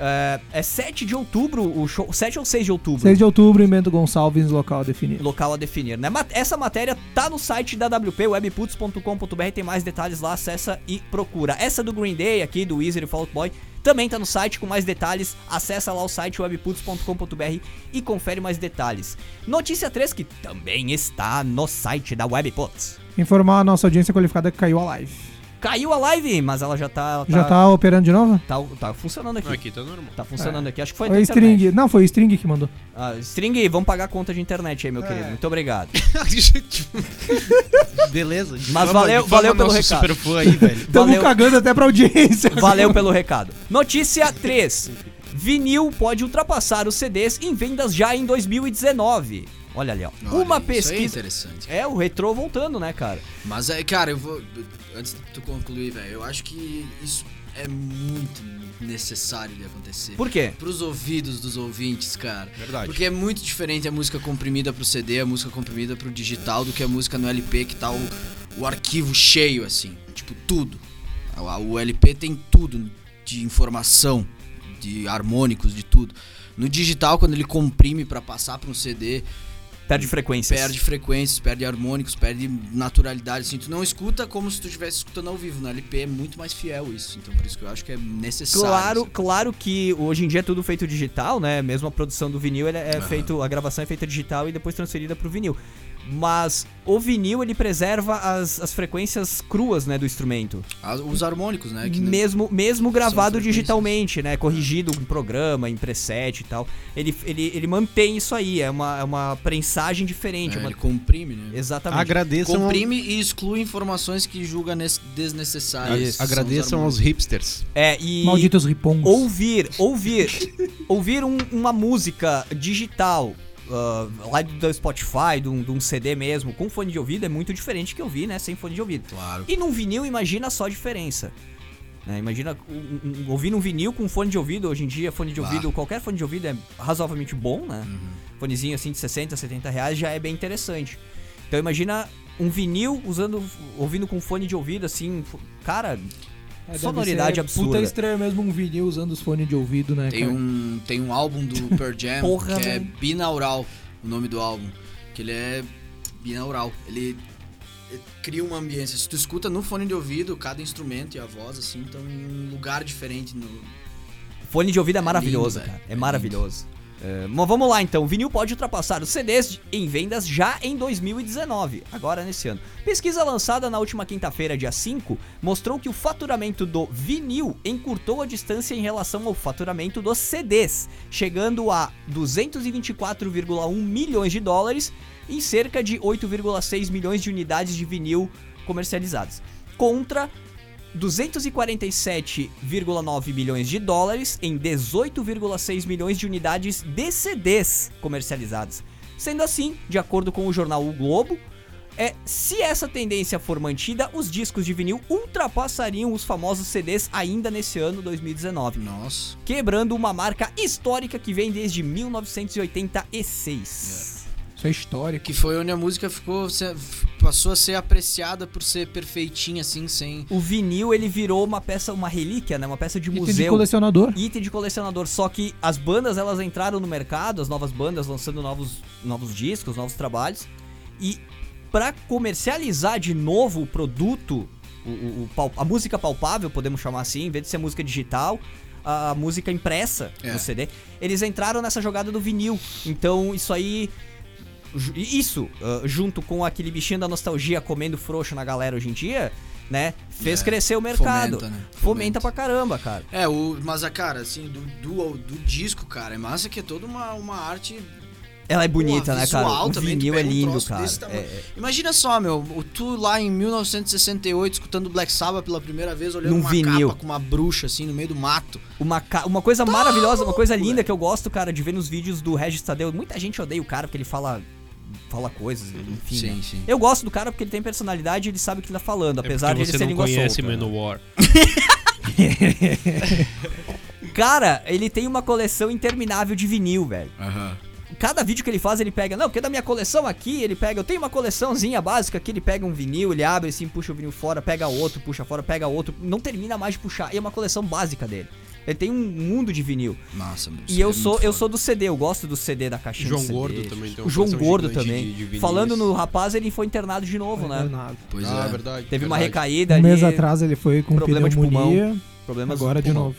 É, é 7 de outubro o show. 7 ou 6 de outubro? 6 de outubro em Bento Gonçalves, local definido. Local a definir, né? Ma- Essa matéria tá no site da WP, webputs.com.br, tem mais detalhes lá, acessa e procura. Essa do Green Day aqui, do Weezer e Fall Out Boy, também tá no site com mais detalhes, acessa lá o site webputs.com.br e confere mais detalhes. Notícia 3 que também está no site da Webputs. Informar a nossa audiência qualificada que caiu a live. Caiu a live, mas ela já tá... Já tá operando de novo? Tá, tá funcionando aqui. Aqui tá normal. Tá funcionando aqui. Acho que foi Foi a internet. String. Não, foi É. o String que mandou. Ah, String, vamos pagar a conta de internet aí, meu querido. Muito obrigado. tipo- Beleza. de Mas fama- valeu- de fama valeu pelo nosso recado. super fã aí, velho. Tamo Valeu. cagando até pra audiência. Valeu pelo recado. Notícia 3. Vinil pode ultrapassar os CDs em vendas já em 2019. Olha ali, ó. Uma Olha, Isso aí é pesquisa. interessante. É, o retrô voltando, né, cara? Mas é, cara, eu vou. Antes de tu concluir, velho, eu acho que isso é muito necessário de acontecer. Por quê? Pros ouvidos dos ouvintes, cara. Verdade. Porque é muito diferente a música comprimida pro CD, a música comprimida pro digital, do que a música no LP, que tá o, o arquivo cheio, assim. Tipo, tudo. A- a- O LP tem tudo de informação, de harmônicos, de tudo. No digital, quando ele comprime pra passar pra um CD, Perde frequências. perde frequências, perde harmônicos, perde naturalidade. Assim, tu não escuta como se tu estivesse escutando ao vivo. No LP é muito mais fiel isso. Então, por isso que eu acho que é necessário. Claro, assim. claro que hoje em dia é tudo feito digital, né? Mesmo a produção do vinil, ele é feito, a gravação é feita digital e depois transferida pro vinil. Mas o vinil ele preserva as, as frequências cruas, né, do instrumento. Ah, Os harmônicos, né? que- mesmo mesmo gravado frequências. digitalmente, né, corrigido em programa, em preset e tal. Ele, ele, ele mantém isso aí, é uma, é uma prensagem diferente, É, uma- ele comprime, né? exatamente. Agradeçam, ao- Comprime e exclui informações que julga nes- desnecessárias. São os agradeçam hormônios. aos hipsters. É, e Malditos ripongos. ouvir, ouvir, ouvir um- uma música digital ah, lá do Spotify, de um, de um CD mesmo, com fone de ouvido é muito diferente que ouvir, né, sem fone de ouvido. Claro. E num vinil, imagina só a diferença. né? Imagina um- um- um- ouvindo um vinil com fone de ouvido. Hoje em dia, fone de Bah. ouvido, qualquer fone de ouvido é razoavelmente bom, né? Fonezinho assim de 60, 70 reais já é bem interessante. Então imagina um vinil usando, ouvindo com fone de ouvido, assim, fo- cara, É, deve sonoridade ser absurda. Puta estranho mesmo um vinil usando os fones de ouvido, né, Tem cara? um, tem um álbum do Pearl Jam Porra, que é velho. binaural, o nome do álbum. Que ele é binaural. Ele eh, cria uma ambiência. Se tu escuta no fone de ouvido, cada instrumento e a voz, assim, estão em um lugar diferente. No... Fone de ouvido é maravilhoso, lindo, cara. velho. É É maravilhoso. É, mas vamos lá então. Vinil pode ultrapassar os CDs de- em vendas já em 2019, agora nesse ano. Pesquisa lançada na última quinta-feira, dia 5, mostrou que o faturamento do vinil encurtou a distância em relação ao faturamento dos CDs, chegando a 224,1 milhões de dólares em cerca de 8,6 milhões de unidades de vinil comercializadas, contra 247,9 milhões de dólares em 18,6 milhões de unidades de CDs comercializadas. Sendo assim, de acordo com o jornal O Globo, é, se essa tendência for mantida, os discos de vinil ultrapassariam os famosos CDs ainda nesse ano 2019, Nossa. quebrando uma marca histórica que vem desde 1986. Isso é histórico. Que foi onde a música ficou se- passou a ser apreciada por ser perfeitinha, assim, sem. O vinil ele virou uma peça, uma relíquia, né? Uma peça de Item é de museu. colecionador. item de colecionador. Só que as bandas elas entraram no mercado, as novas bandas lançando novos, novos discos, novos trabalhos. E pra comercializar de novo o produto, o, o- o pal- a música palpável, podemos chamar assim, em vez de ser música digital, a música impressa É. no CD, eles entraram nessa jogada do vinil. Então isso aí. ju- Isso, ah, junto com aquele bichinho da nostalgia comendo frouxo na galera hoje em dia, né? Fez É, crescer o mercado. fomenta, né? Fomenta Fomenta. pra caramba, cara. É, o, mas a cara, assim, do, do, do disco, cara, é massa que é toda uma, uma arte Ela é bonita, Porra, né, visual cara? O também, tu vinil é pega um lindo, troço cara. desse tamanho. É, é. Imagina só, meu, o tu lá em 1968 escutando Black Sabbath pela primeira vez, olhando Num uma vinil. capa com uma bruxa assim no meio do mato. Uma, ca- uma coisa maravilhosa, uma coisa linda que eu gosto, cara, de ver nos vídeos do Regis Tadeu. Muita gente odeia o cara porque ele fala fala coisas, enfim. Sim, né? sim. Eu gosto do cara porque ele tem personalidade e ele sabe o que ele tá É falando, apesar de ele ser língua solta. né? Manowar. Cara, ele tem uma coleção interminável de vinil, velho. cada vídeo que ele faz, ele pega, não, porque da minha coleção aqui, ele pega, eu tenho uma coleçãozinha básica aqui, ele pega um vinil, ele abre assim, puxa o vinil fora, pega outro, puxa fora, pega outro, não termina mais de puxar, e é uma coleção básica dele. Ele tem um mundo de vinil. Nossa, meu, é E eu sou, eu sou do CD, eu gosto do CD da caixinha. João do CD, Gordo também tem O uma João coleção Gordo gigante também. de- de vinis. Falando no rapaz, ele foi internado de novo, né? Nada. Pois ah, é. verdade. Teve uma verdade. recaída Um ali. mês atrás ele foi com problema de pneumonia. Problemas agora de pulmão. novo.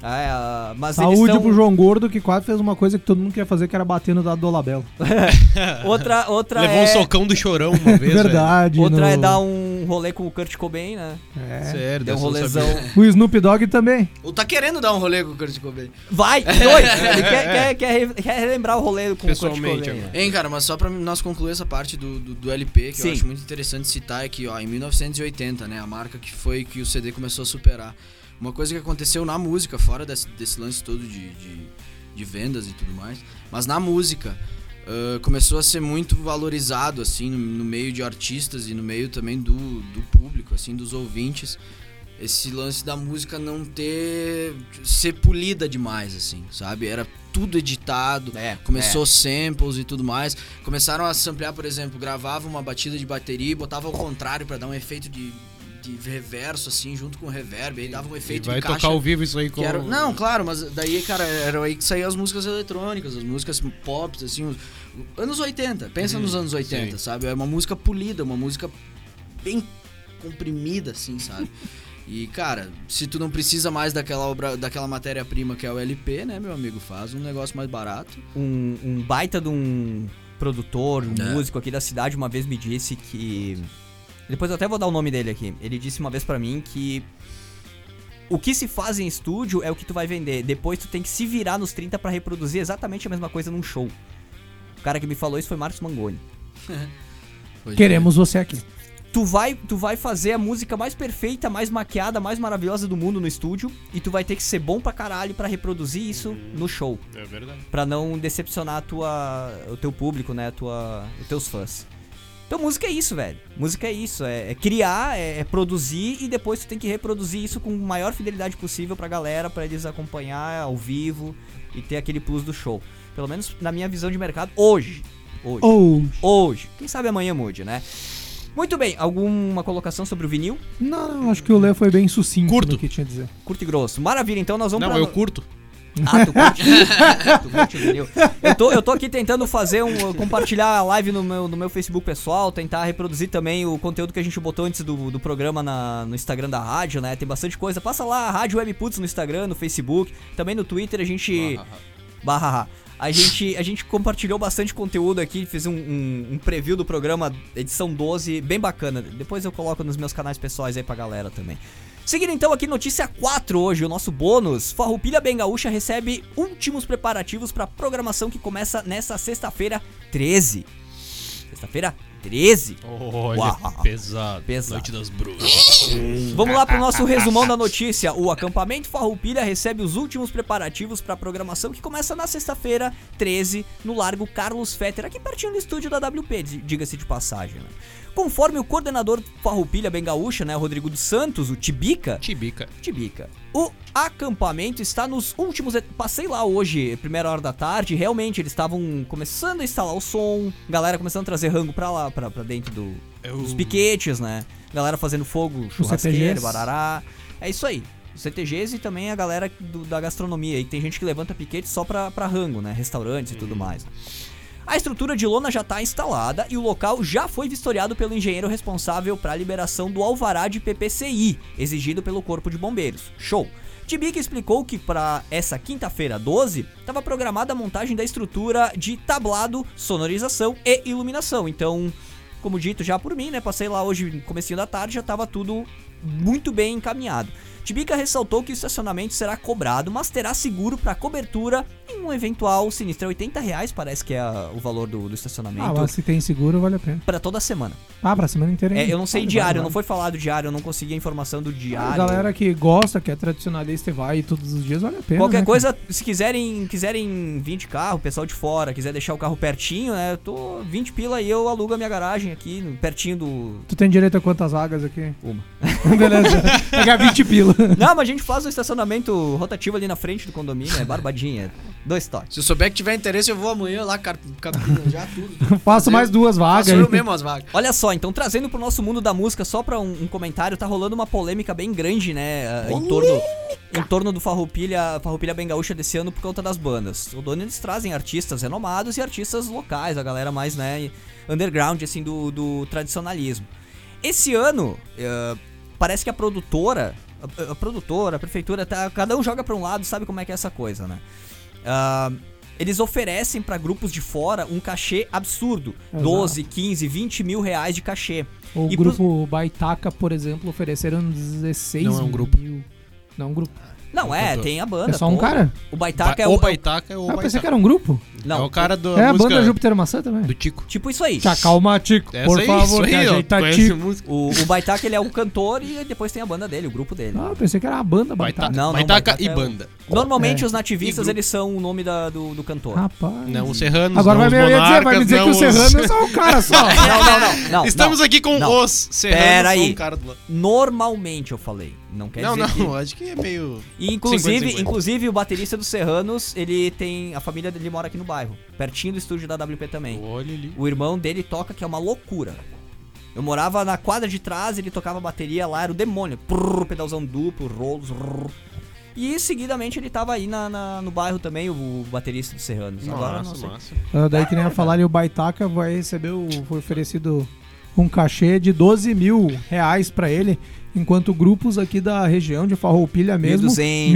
É, ah, mas Saúde eles tão... pro João Gordo, que quase fez uma coisa que todo mundo queria fazer, que era bater no dado do Olabella. Outra, outra Levou é... um socão do chorão uma vez. Verdade. Outra no- é dar um rolê com o Kurt Cobain, né? É. Velho. Sério, Deu um dessa eu não rolezão. sabia. O Snoop Dogg também. Ou tá querendo dar um rolê com o Kurt Cobain. Vai, dois! Ele quer, quer, quer, re- quer relembrar o rolê com o Kurt Pessoalmente Cobain. né? agora. Hein, cara, mas só pra nós concluir essa parte do, do, do LP, que Sim. eu acho muito interessante citar, é que, ó, em 1980, né, a marca que foi que o CD começou a superar. Uma coisa que aconteceu na música, fora desse, desse lance todo de, de, de vendas e tudo mais, mas na música. ah, começou a ser muito valorizado assim no, no meio de artistas e no meio também do, do público assim dos ouvintes esse lance da música não ter ser polida demais assim sabe era tudo editado É, começou samples e tudo mais começaram a samplear por exemplo gravava uma batida de bateria e botava ao contrário pra dar um efeito de, de reverso assim junto com o reverb aí dava um E efeito vai de caixa tocar ao vivo isso aí que com... era- não, claro, mas daí, cara, era aí que saíam as músicas eletrônicas, as músicas pop, assim, os- anos 80, pensa nos anos 80, sabe? É uma música polida, uma música bem comprimida, assim, sabe? E, cara, se tu não precisa mais daquela obra, daquela matéria-prima que é o LP, né, meu amigo? Faz um negócio mais barato. um, um baita de um produtor, um É. músico aqui da cidade, uma vez me disse que. Depois eu até vou dar o nome dele aqui. Ele disse uma vez pra mim que. O que se faz em estúdio é o que tu vai vender. Depois tu tem que se virar nos 30 pra reproduzir exatamente a mesma coisa num show. O cara que me falou isso foi Marcos Mangoni. Hoje Queremos você aqui. Tu vai, tu vai fazer a música mais perfeita, mais maquiada, mais maravilhosa do mundo no estúdio e tu vai ter que ser bom pra caralho pra reproduzir isso no show. É verdade. Pra não decepcionar a tua, o teu público, né, a tua, os teus fãs. Então música é isso, velho. Música é isso, é, é criar, é, é produzir e depois tu tem que reproduzir isso com a maior fidelidade possível pra galera, pra eles acompanhar ao vivo e ter aquele plus do show. Pelo menos na minha visão de mercado hoje. Hoje. Ou. Hoje. Quem sabe amanhã mude, né? Muito bem, alguma colocação sobre o vinil? Não, não, acho que o Lê foi bem sucinto Curto. no que tinha a dizer. Curto e grosso. Maravilha, então nós vamos Não, pra... eu curto. Ah, tu curte, tu curte o vinil. Eu tô, eu tô aqui tentando fazer um. compartilhar a live no meu, no meu Facebook pessoal, tentar reproduzir também o conteúdo que a gente botou antes do, do programa na- no Instagram da rádio, né? Tem bastante coisa. Passa lá, Rádio Web Putz no Instagram, no Facebook, também no Twitter a gente. Barra. ha. A gente, a gente compartilhou bastante conteúdo aqui, fiz um, um- um preview do programa, edição 12, bem bacana. Depois eu coloco nos meus canais pessoais aí pra galera também. Seguindo então aqui notícia 4 hoje, o nosso bônus. Farroupilha Bem Gaúcha recebe últimos preparativos pra programação que começa nessa sexta-feira 13. Sexta-feira 13. Olha, Uau. pesado. Pesado. Noite das bruxas. Vamos lá pro nosso resumão da notícia. O acampamento Farroupilha recebe os últimos preparativos pra programação que começa na sexta-feira, 13, no Largo Carlos Fetter, aqui pertinho do estúdio da WP, di- diga-se de passagem. né? Conforme o coordenador Farroupilha Bem Gaúcha, né, Rodrigo dos Santos, o Tibica, Tibica. Tibica. O acampamento está nos últimos. et- Passei lá hoje, primeira hora da tarde. Realmente, eles estavam começando a instalar o som. Galera começando a trazer rango pra lá, pra, pra dentro do, É dos piquetes, né? Galera fazendo fogo, churrasqueiro, CTGs. barará. É isso aí. Os CTGs e também a galera do- da gastronomia. E tem gente que levanta piquete só pra, pra rango, né? Restaurantes e tudo mais. A estrutura de lona já está instalada e o local já foi vistoriado pelo engenheiro responsável para a liberação do alvará de PPCI, exigido pelo Corpo de Bombeiros. Show! Tibica explicou que para essa quinta-feira 12 estava programada a montagem da estrutura de tablado, sonorização e iluminação. Então, como dito já por mim, né, passei lá hoje no comecinho da tarde, já estava tudo muito bem encaminhado. Tibica ressaltou que o estacionamento será cobrado, mas terá seguro para cobertura em um eventual sinistro. É 80 reais parece que é a- o valor do, do Ah, estacionamento. mas se tem seguro, vale a pena. Pra toda semana. Ah, pra semana inteira. É, ainda. eu não sei Vale, diário, vale, não foi falado diário, eu não consegui a informação do vale. diário. né? A galera que gosta, que é tradicionalista e vai todos os dias, vale a pena. né, Qualquer cara? coisa, se quiserem, quiserem vir de carro, o pessoal de fora, quiser deixar o carro pertinho, né? Eu tô 20 pila e eu alugo a minha garagem aqui, no- pertinho do. Tu tem direito a quantas vagas aqui? É Uma. Beleza. Pagar 20 pila. Não, mas a gente faz um estacionamento rotativo ali na frente do condomínio, é barbadinha. Dois toques. é. Se eu souber que tiver interesse, eu vou amanhã lá, cara, capina já tudo. Faço mais duas vagas. Faço eu aí. mesmo as vagas. Olha só, então trazendo pro nosso mundo da música, só pra um, um comentário, tá rolando uma polêmica bem grande, né? ah, Em torno, em torno do Farroupilha, Farroupilha Bem Gaúcha desse ano por conta das bandas. O dono eles trazem artistas renomados e artistas locais, a galera mais, né, underground, assim, do, do tradicionalismo. Esse ano, ah, parece que a produtora, a, a produtora, a prefeitura, tá, cada um joga pra um lado, sabe como é que é essa coisa, né? Ah, eles oferecem pra grupos de fora um cachê absurdo. Exato. 12, 15, 20 mil reais de cachê. O E pros- grupo Baitaca, por exemplo, ofereceram 16 Não é um grupo. mil. Não é um grupo. Não, é, tem a banda. É só um pô. cara? O Baitaca é o, o. Baitaca é o Ah, eu pensei que Baitaca. era um grupo. É Não, o cara do é a música banda Júpiter Maçã também. do Tico. tipo isso aí. Te acalma, Tico, Essa por aí, favor, isso que aí, ó. ajeita Conhece Tico. música. O, o Baitaca ele é um cantor e depois tem a banda dele, o grupo dele. Ah, eu pensei que era a banda tá. Baitaca. Não, não, Baitaca Baitaca e é o- banda. Normalmente É. Ah, os nativistas E grupo. eles são o nome da- do, do cantor. Rapaz. tá- Não, Né, os Serranos, Agora não vai os me, eu ia dizer, vai me dizer que o monarcas, não Serrano os- é só um cara só. Não, não, não. não Estamos não. aqui com não. os Serranos. Pera só um aí. cara do lado. Normalmente eu falei. Não quer Não, dizer que. não, acho que é meio... E inclusive, 50. inclusive o baterista dos Serranos, ele tem. A família dele mora aqui no bairro, pertinho do estúdio da WP também. Olha ali. O irmão dele toca, que é uma loucura. Eu morava na quadra de trás, ele tocava bateria lá, era o demônio. Prrr, pedalzão duplo, rolos. rrr. E seguidamente ele tava aí na, na- no bairro também, o baterista dos Serranos. Agora eu não Massa, sei. massa. Ah, daí que nem eu falar ali, o Baitaca vai receber o. Foi oferecido um cachê de 12 mil reais pra ele, enquanto grupos aqui da região de Farroupilha mesmo, 1.200,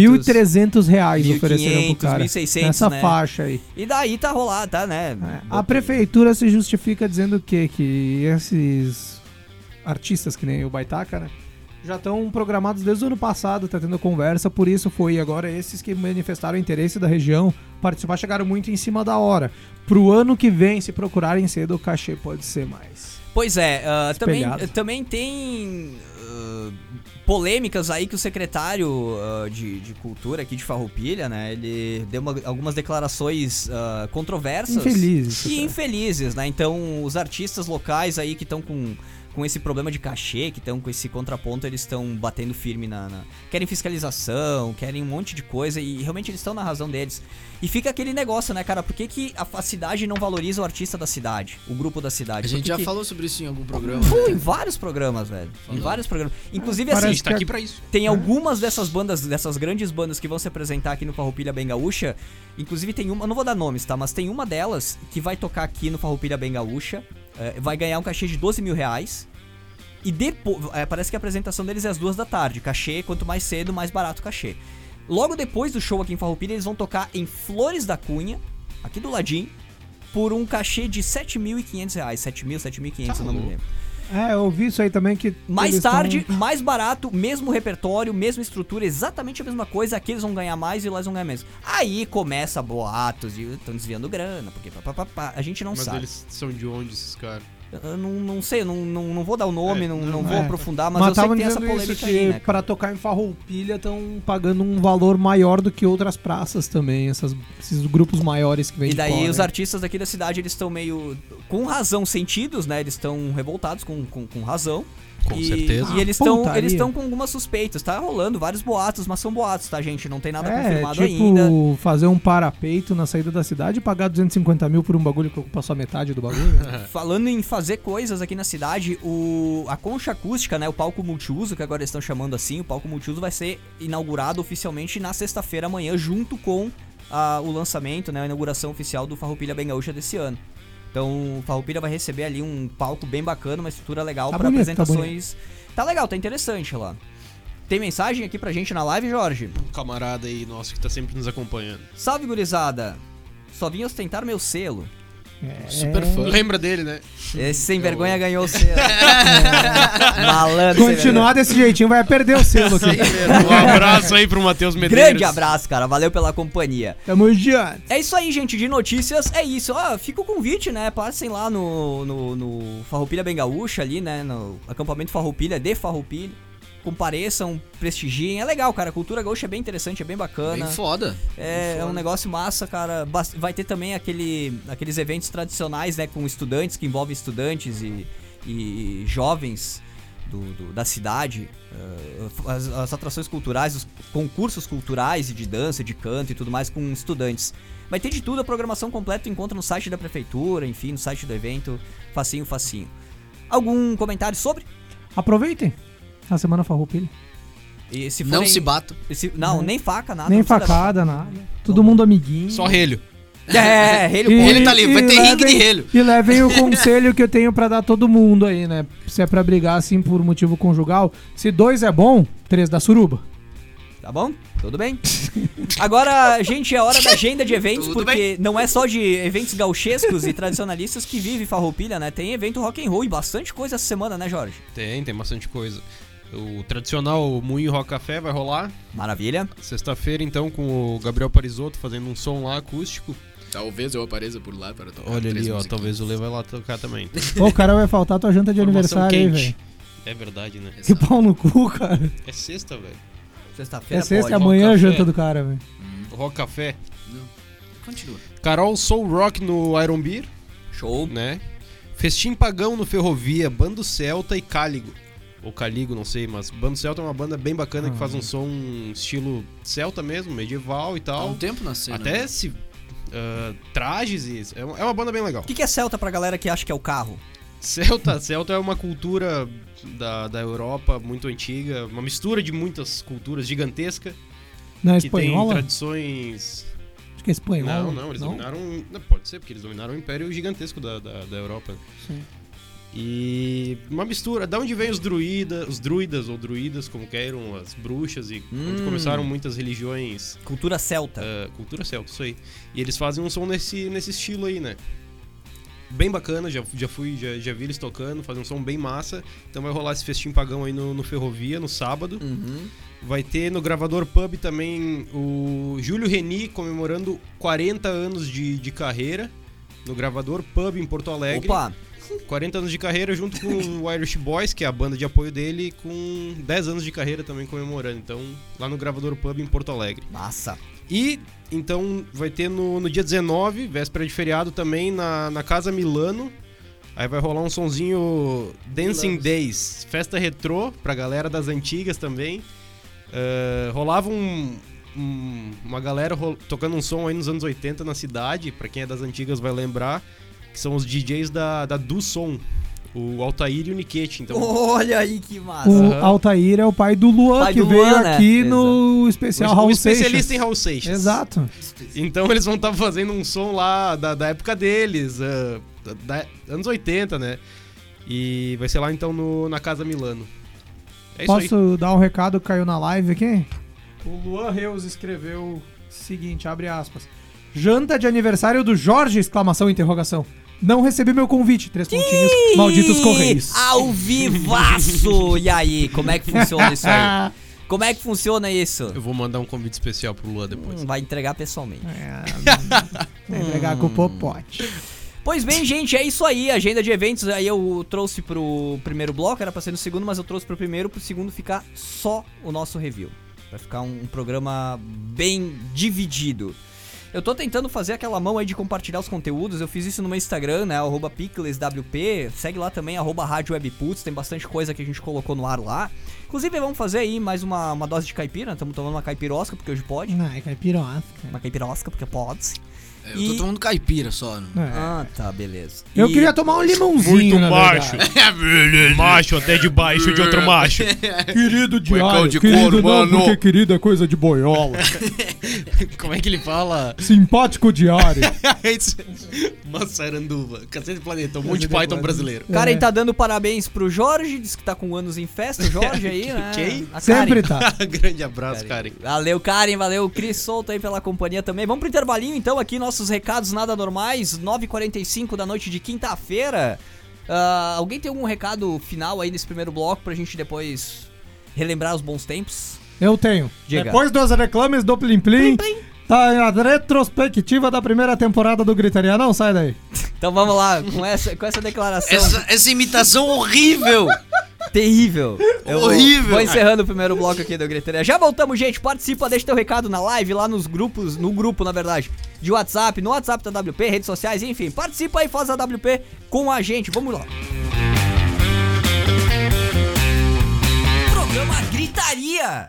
1.300 reais 1.500, ofereceram pro cara. 1.600, nessa né? faixa aí. E daí tá rolado, tá, né? É, A prefeitura se justifica dizendo o quê? Que esses artistas, que nem o Baitaca, né? Já estão programados desde o ano passado, tá tendo conversa, por isso foi agora esses que manifestaram interesse da região participar, chegaram muito em cima da hora. Pro ano que vem, se procurarem cedo, o cachê pode ser mais. Pois é, ah, também, Espelhado. também tem ah, polêmicas aí que o secretário ah, de, de cultura aqui de Farroupilha, né? Ele deu uma- algumas declarações ah, controversas. Infelizes. E infelizes, né? Então, os artistas locais aí que estão com, com esse problema de cachê, que estão com esse contraponto, eles estão batendo firme na, na- Querem fiscalização, querem um monte de coisa e realmente eles estão na razão deles. E fica aquele negócio, né, cara? Por que, que a, a cidade não valoriza o artista da cidade, o grupo da cidade? A Por gente que já que- falou sobre isso em algum programa. Pô, né? em vários programas, velho. Em vários programas. Inclusive, A assim, gente é tá aqui pra isso. tem algumas dessas bandas, dessas grandes bandas que vão se apresentar aqui no Farroupilha Bem Gaúcha. Inclusive tem uma, eu não vou dar nomes, tá? Mas tem uma delas que vai tocar aqui no Farroupilha Bem Gaúcha. eh, vai ganhar um cachê de 12 mil reais. E depois, parece que a apresentação deles é às duas da tarde. Cachê, quanto mais cedo, mais barato o cachê. Logo depois do show aqui em Farroupilha, eles vão tocar em Flores da Cunha, aqui do ladinho, por um cachê de 7.500 reais. 7.000, 7.500, eu não me lembro. É, eu vi isso aí também que. Mais eles tarde, tão- mais barato, mesmo repertório, mesma estrutura, exatamente a mesma coisa. Aqui eles vão ganhar mais e lá eles vão ganhar menos. Aí começa boatos de estão desviando grana, porque pá, pá, pá, pá. a gente não Mas sabe. eles são de onde, esses caras? Eu não, não sei, eu não, não, não vou dar o nome, É, não, não, não é. vou aprofundar, Ah, mas, Mas, eu sei que estavam tem essa dizendo isso polêmica que aí, né? cara? pra tocar em Farroupilha estão pagando um valor maior do que outras praças também, essas- esses grupos maiores que vêm E de daí fora, os né? artistas daqui da cidade, eles estão meio, com razão, sentidos, né? Eles estão revoltados com, com, com razão. Com e, certeza. E eles estão Putaria. eles estão com algumas suspeitas. Tá rolando vários boatos, mas são boatos, tá, gente? Não tem nada confirmado tipo, ainda. fazer um parapeito na saída da cidade e pagar 250 mil por um bagulho que ocupa só metade do bagulho. né? Falando em fazer coisas aqui na cidade, o a concha acústica, né, o palco multiuso, que agora eles estão chamando assim, o palco multiuso vai ser inaugurado oficialmente na sexta-feira amanhã, junto com ah, o lançamento, né, a inauguração oficial do Farroupilha Bem Gaúcha desse ano. Então, o Farroupilha vai receber ali um palco bem bacana, uma estrutura legal Tá pra para bonito, tá apresentações. Tá, legal, tá interessante lá. Tem mensagem aqui pra gente na live, Jorge? Um camarada aí nosso que tá sempre nos acompanhando. Salve, gurizada! Só vim ostentar meu selo. É. É. Super fã. Lembra dele, né? Esse sem vergonha ganhou o selo. Malandro. sem vergonha. Continuar desse jeitinho vai perder o selo aqui. Um abraço aí pro Matheus Medeiros. Grande abraço, cara. Valeu pela companhia. Tamo junto. É isso aí, gente. De notícias é isso. Ó, fica o convite, né? Passem lá no, no, no Farroupilha Bem Gaúcha, ali, né? No acampamento Farroupilha, de Farroupilha. Compareçam, prestigiem. É legal, cara. A cultura gaúcha é bem interessante, é bem bacana. Bem foda. É, é um negócio massa, cara. Bas- Vai ter também aquele, aqueles eventos tradicionais, né? Com estudantes, que envolvem estudantes e, e jovens. do- do- da cidade, eh, as, as atrações culturais, os concursos culturais e de dança, de canto e tudo mais com estudantes. Vai ter de tudo, a programação completa tu encontra no site da prefeitura, enfim, no site do evento, facinho, facinho. Algum comentário sobre? Aproveitem a semana farroupilha. E se Não forem- se batam. se- não, nem faca, nada. Nem não precisa levar. facada, nada. Todo mundo amiguinho. Só relho. É, ele o E- Ele tá livre, vai ter e ringue de levem- relho. E levem o conselho que eu tenho pra dar todo mundo aí, né? Se é pra brigar assim por motivo conjugal, se dois é bom, três dá suruba. Tá bom? Tudo bem. Agora, gente, é hora da agenda de eventos, Tudo porque não é só de eventos gauchescos e tradicionalistas que vive Farroupilha, né? Tem evento rock and roll e bastante coisa essa semana, né, Jorge? Tem, tem bastante coisa. O tradicional Moinho Rock Café vai rolar Maravilha. sexta-feira, então, com o Gabriel Parisotto fazendo um som lá acústico. Talvez eu apareça por lá para tocar. Olha três ali, ó, musiquinhas. talvez o Lê vai lá tocar também. Ô, o cara vai faltar tua janta de Informação aniversário aí, quente. velho. É verdade, né? Que pau no cu, cara. É sexta, velho. Sexta-feira É sexta e pode. amanhã é a Café. janta do cara, velho. Hum. Rock Café. Continua. Carol Soul Rock no Iron Beer, Show. né? Festim Pagão no Ferrovia, Bando Celta e Cáligo. Ou Caligo, não sei, mas Bando Celta é uma banda bem bacana que Ah. faz um som estilo celta mesmo, medieval Há um e tal. tempo na cena. Até né? se. ah, trajes e. É uma é uma banda bem legal. O que, que é Celta pra galera que acha que é o carro? Celta, Celta é uma cultura da, da Europa muito antiga, uma mistura de muitas culturas gigantesca Não é que tem espanhola? tradições. Acho que é espanhola. Não, não, eles dominaram. Não, pode ser, porque eles dominaram o império gigantesco da, da, da Europa. Sim. E uma mistura, da onde vem os druidas, os druidas ou druidas, como queiram, as bruxas e onde Hum. começaram muitas religiões, Cultura celta. ah, cultura celta, isso aí. E eles fazem um som nesse, nesse estilo aí, né? Bem bacana, já, já fui, já, já vi eles tocando, fazem um som bem massa. Então vai rolar esse festim pagão aí no, no Ferrovia, no sábado. Hum. Uhum. Vai ter no gravador pub também o Júlio Reni comemorando 40 anos de, de carreira. No gravador pub em Porto Alegre. Opa, 40 anos de carreira junto com o Irish Boys, que é a banda de apoio dele, com 10 anos de carreira também comemorando. Então, lá no gravador pub em Porto Alegre. massa. E então vai ter no, no dia 19, véspera de feriado também, na, na Casa Milano. Aí vai rolar um sonzinho Dancing Days, festa retrô pra galera das antigas também. Ah, rolava um, um- uma galera ro- tocando um som aí nos anos 80 na cidade, pra quem é das antigas vai lembrar, que são os DJs da, da Du Som, o Altair e o Niquete. Então, Olha aí que massa. O Aham. Altair é o pai do Luan, Pai que do veio Luan, né? aqui no especial um é Raul Seixas. especialista em Raul Seixas. Exato. Então eles vão estar fazendo um som lá da, da época deles, ah, da- da- anos 80, né? E vai ser lá então no- na Casa Milano. É isso aí. Posso dar um recado que caiu na live aqui? O Luan Reus escreveu o seguinte, abre aspas. Janta de aniversário do Jorge, exclamação, interrogação. Não recebi meu convite, três pontinhos, malditos correios. Ao vivaço! e aí, como é que funciona isso aí? Como é que funciona isso? Eu vou mandar um convite especial pro Lua depois. Hum, vai entregar pessoalmente. É, Vou entregar com o popote. Pois bem, gente, é isso aí. Agenda de eventos aí eu trouxe pro primeiro bloco, era pra ser no segundo, mas eu trouxe pro primeiro, pro segundo ficar só o nosso review. Vai ficar um, um programa bem dividido. Eu tô tentando fazer aquela mão aí de compartilhar os conteúdos. Eu fiz isso no meu Instagram, né? Arroba PiclesWP. Segue lá também, arroba Rádio Webputs. Tem bastante coisa que a gente colocou no ar lá. Inclusive, vamos fazer aí mais uma, uma dose de caipira. Estamos tomando uma caipirosca, porque hoje pode. Ai, caipirosca. Uma caipirosca, porque pode. É, Eu tô E- tomando caipira só. né? É. Ah, tá, beleza. Eu E- queria tomar um limãozinho, na verdade. É. macho até debaixo de outro macho. Querido Cuecão diário, de querido couro, não, mano. porque querido é coisa de boiola. Como é que ele fala? Simpático diário. Massaranduva, cacete do planeta, um monte de Python brasileiro. O cara aí É. tá dando parabéns pro Jorge, diz que tá com anos em festa, o Jorge aí, né? Quem? A Sempre Karen. tá. Grande abraço, Karen. Valeu, Karen, valeu, Cris Souto aí pela companhia também. Vamos pro intervalinho então aqui, nossos recados nada normais, 9h45 da noite de quinta-feira. Ah, alguém tem algum recado final aí nesse primeiro bloco pra gente depois relembrar os bons tempos? Eu tenho. Diga. Depois dos reclames do Plim Plim, tá a retrospectiva da primeira temporada do Gritaria. Não, sai daí. Então vamos lá, com essa, com essa declaração Essa, essa imitação horrível! terrível. Eu vou- Horrível. Vou encerrando o primeiro bloco aqui do Gritaria. Já voltamos, gente. Participa, deixa teu recado na live, lá nos grupos, no grupo, na verdade, de WhatsApp, no WhatsApp da WP, redes sociais, enfim. Participa aí, faz a WP com a gente. Vamos lá. gritaria!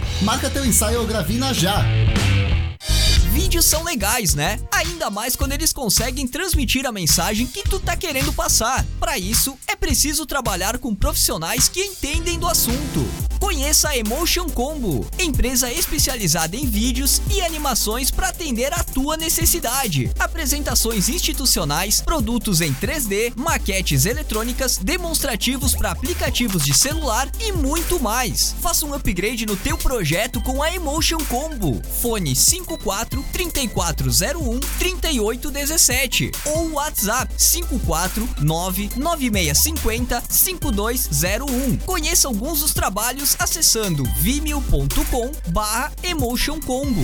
Marca teu ensaio ou gravina já! Vídeos são legais, né? Ainda mais quando eles conseguem transmitir a mensagem que tu tá querendo passar. Para isso, é preciso trabalhar com profissionais que entendem do assunto. Conheça a Emotion Combo, empresa especializada em vídeos e animações para atender a tua necessidade. Apresentações institucionais, produtos em 3D, maquetes eletrônicas, demonstrativos para aplicativos de celular e muito mais. Faça um upgrade no teu projeto com a Emotion Combo. Fone 54 3401 3817 ou WhatsApp 54 99650 5201. Conheça alguns dos trabalhos acessando vimeo.com barra Emotion Combo.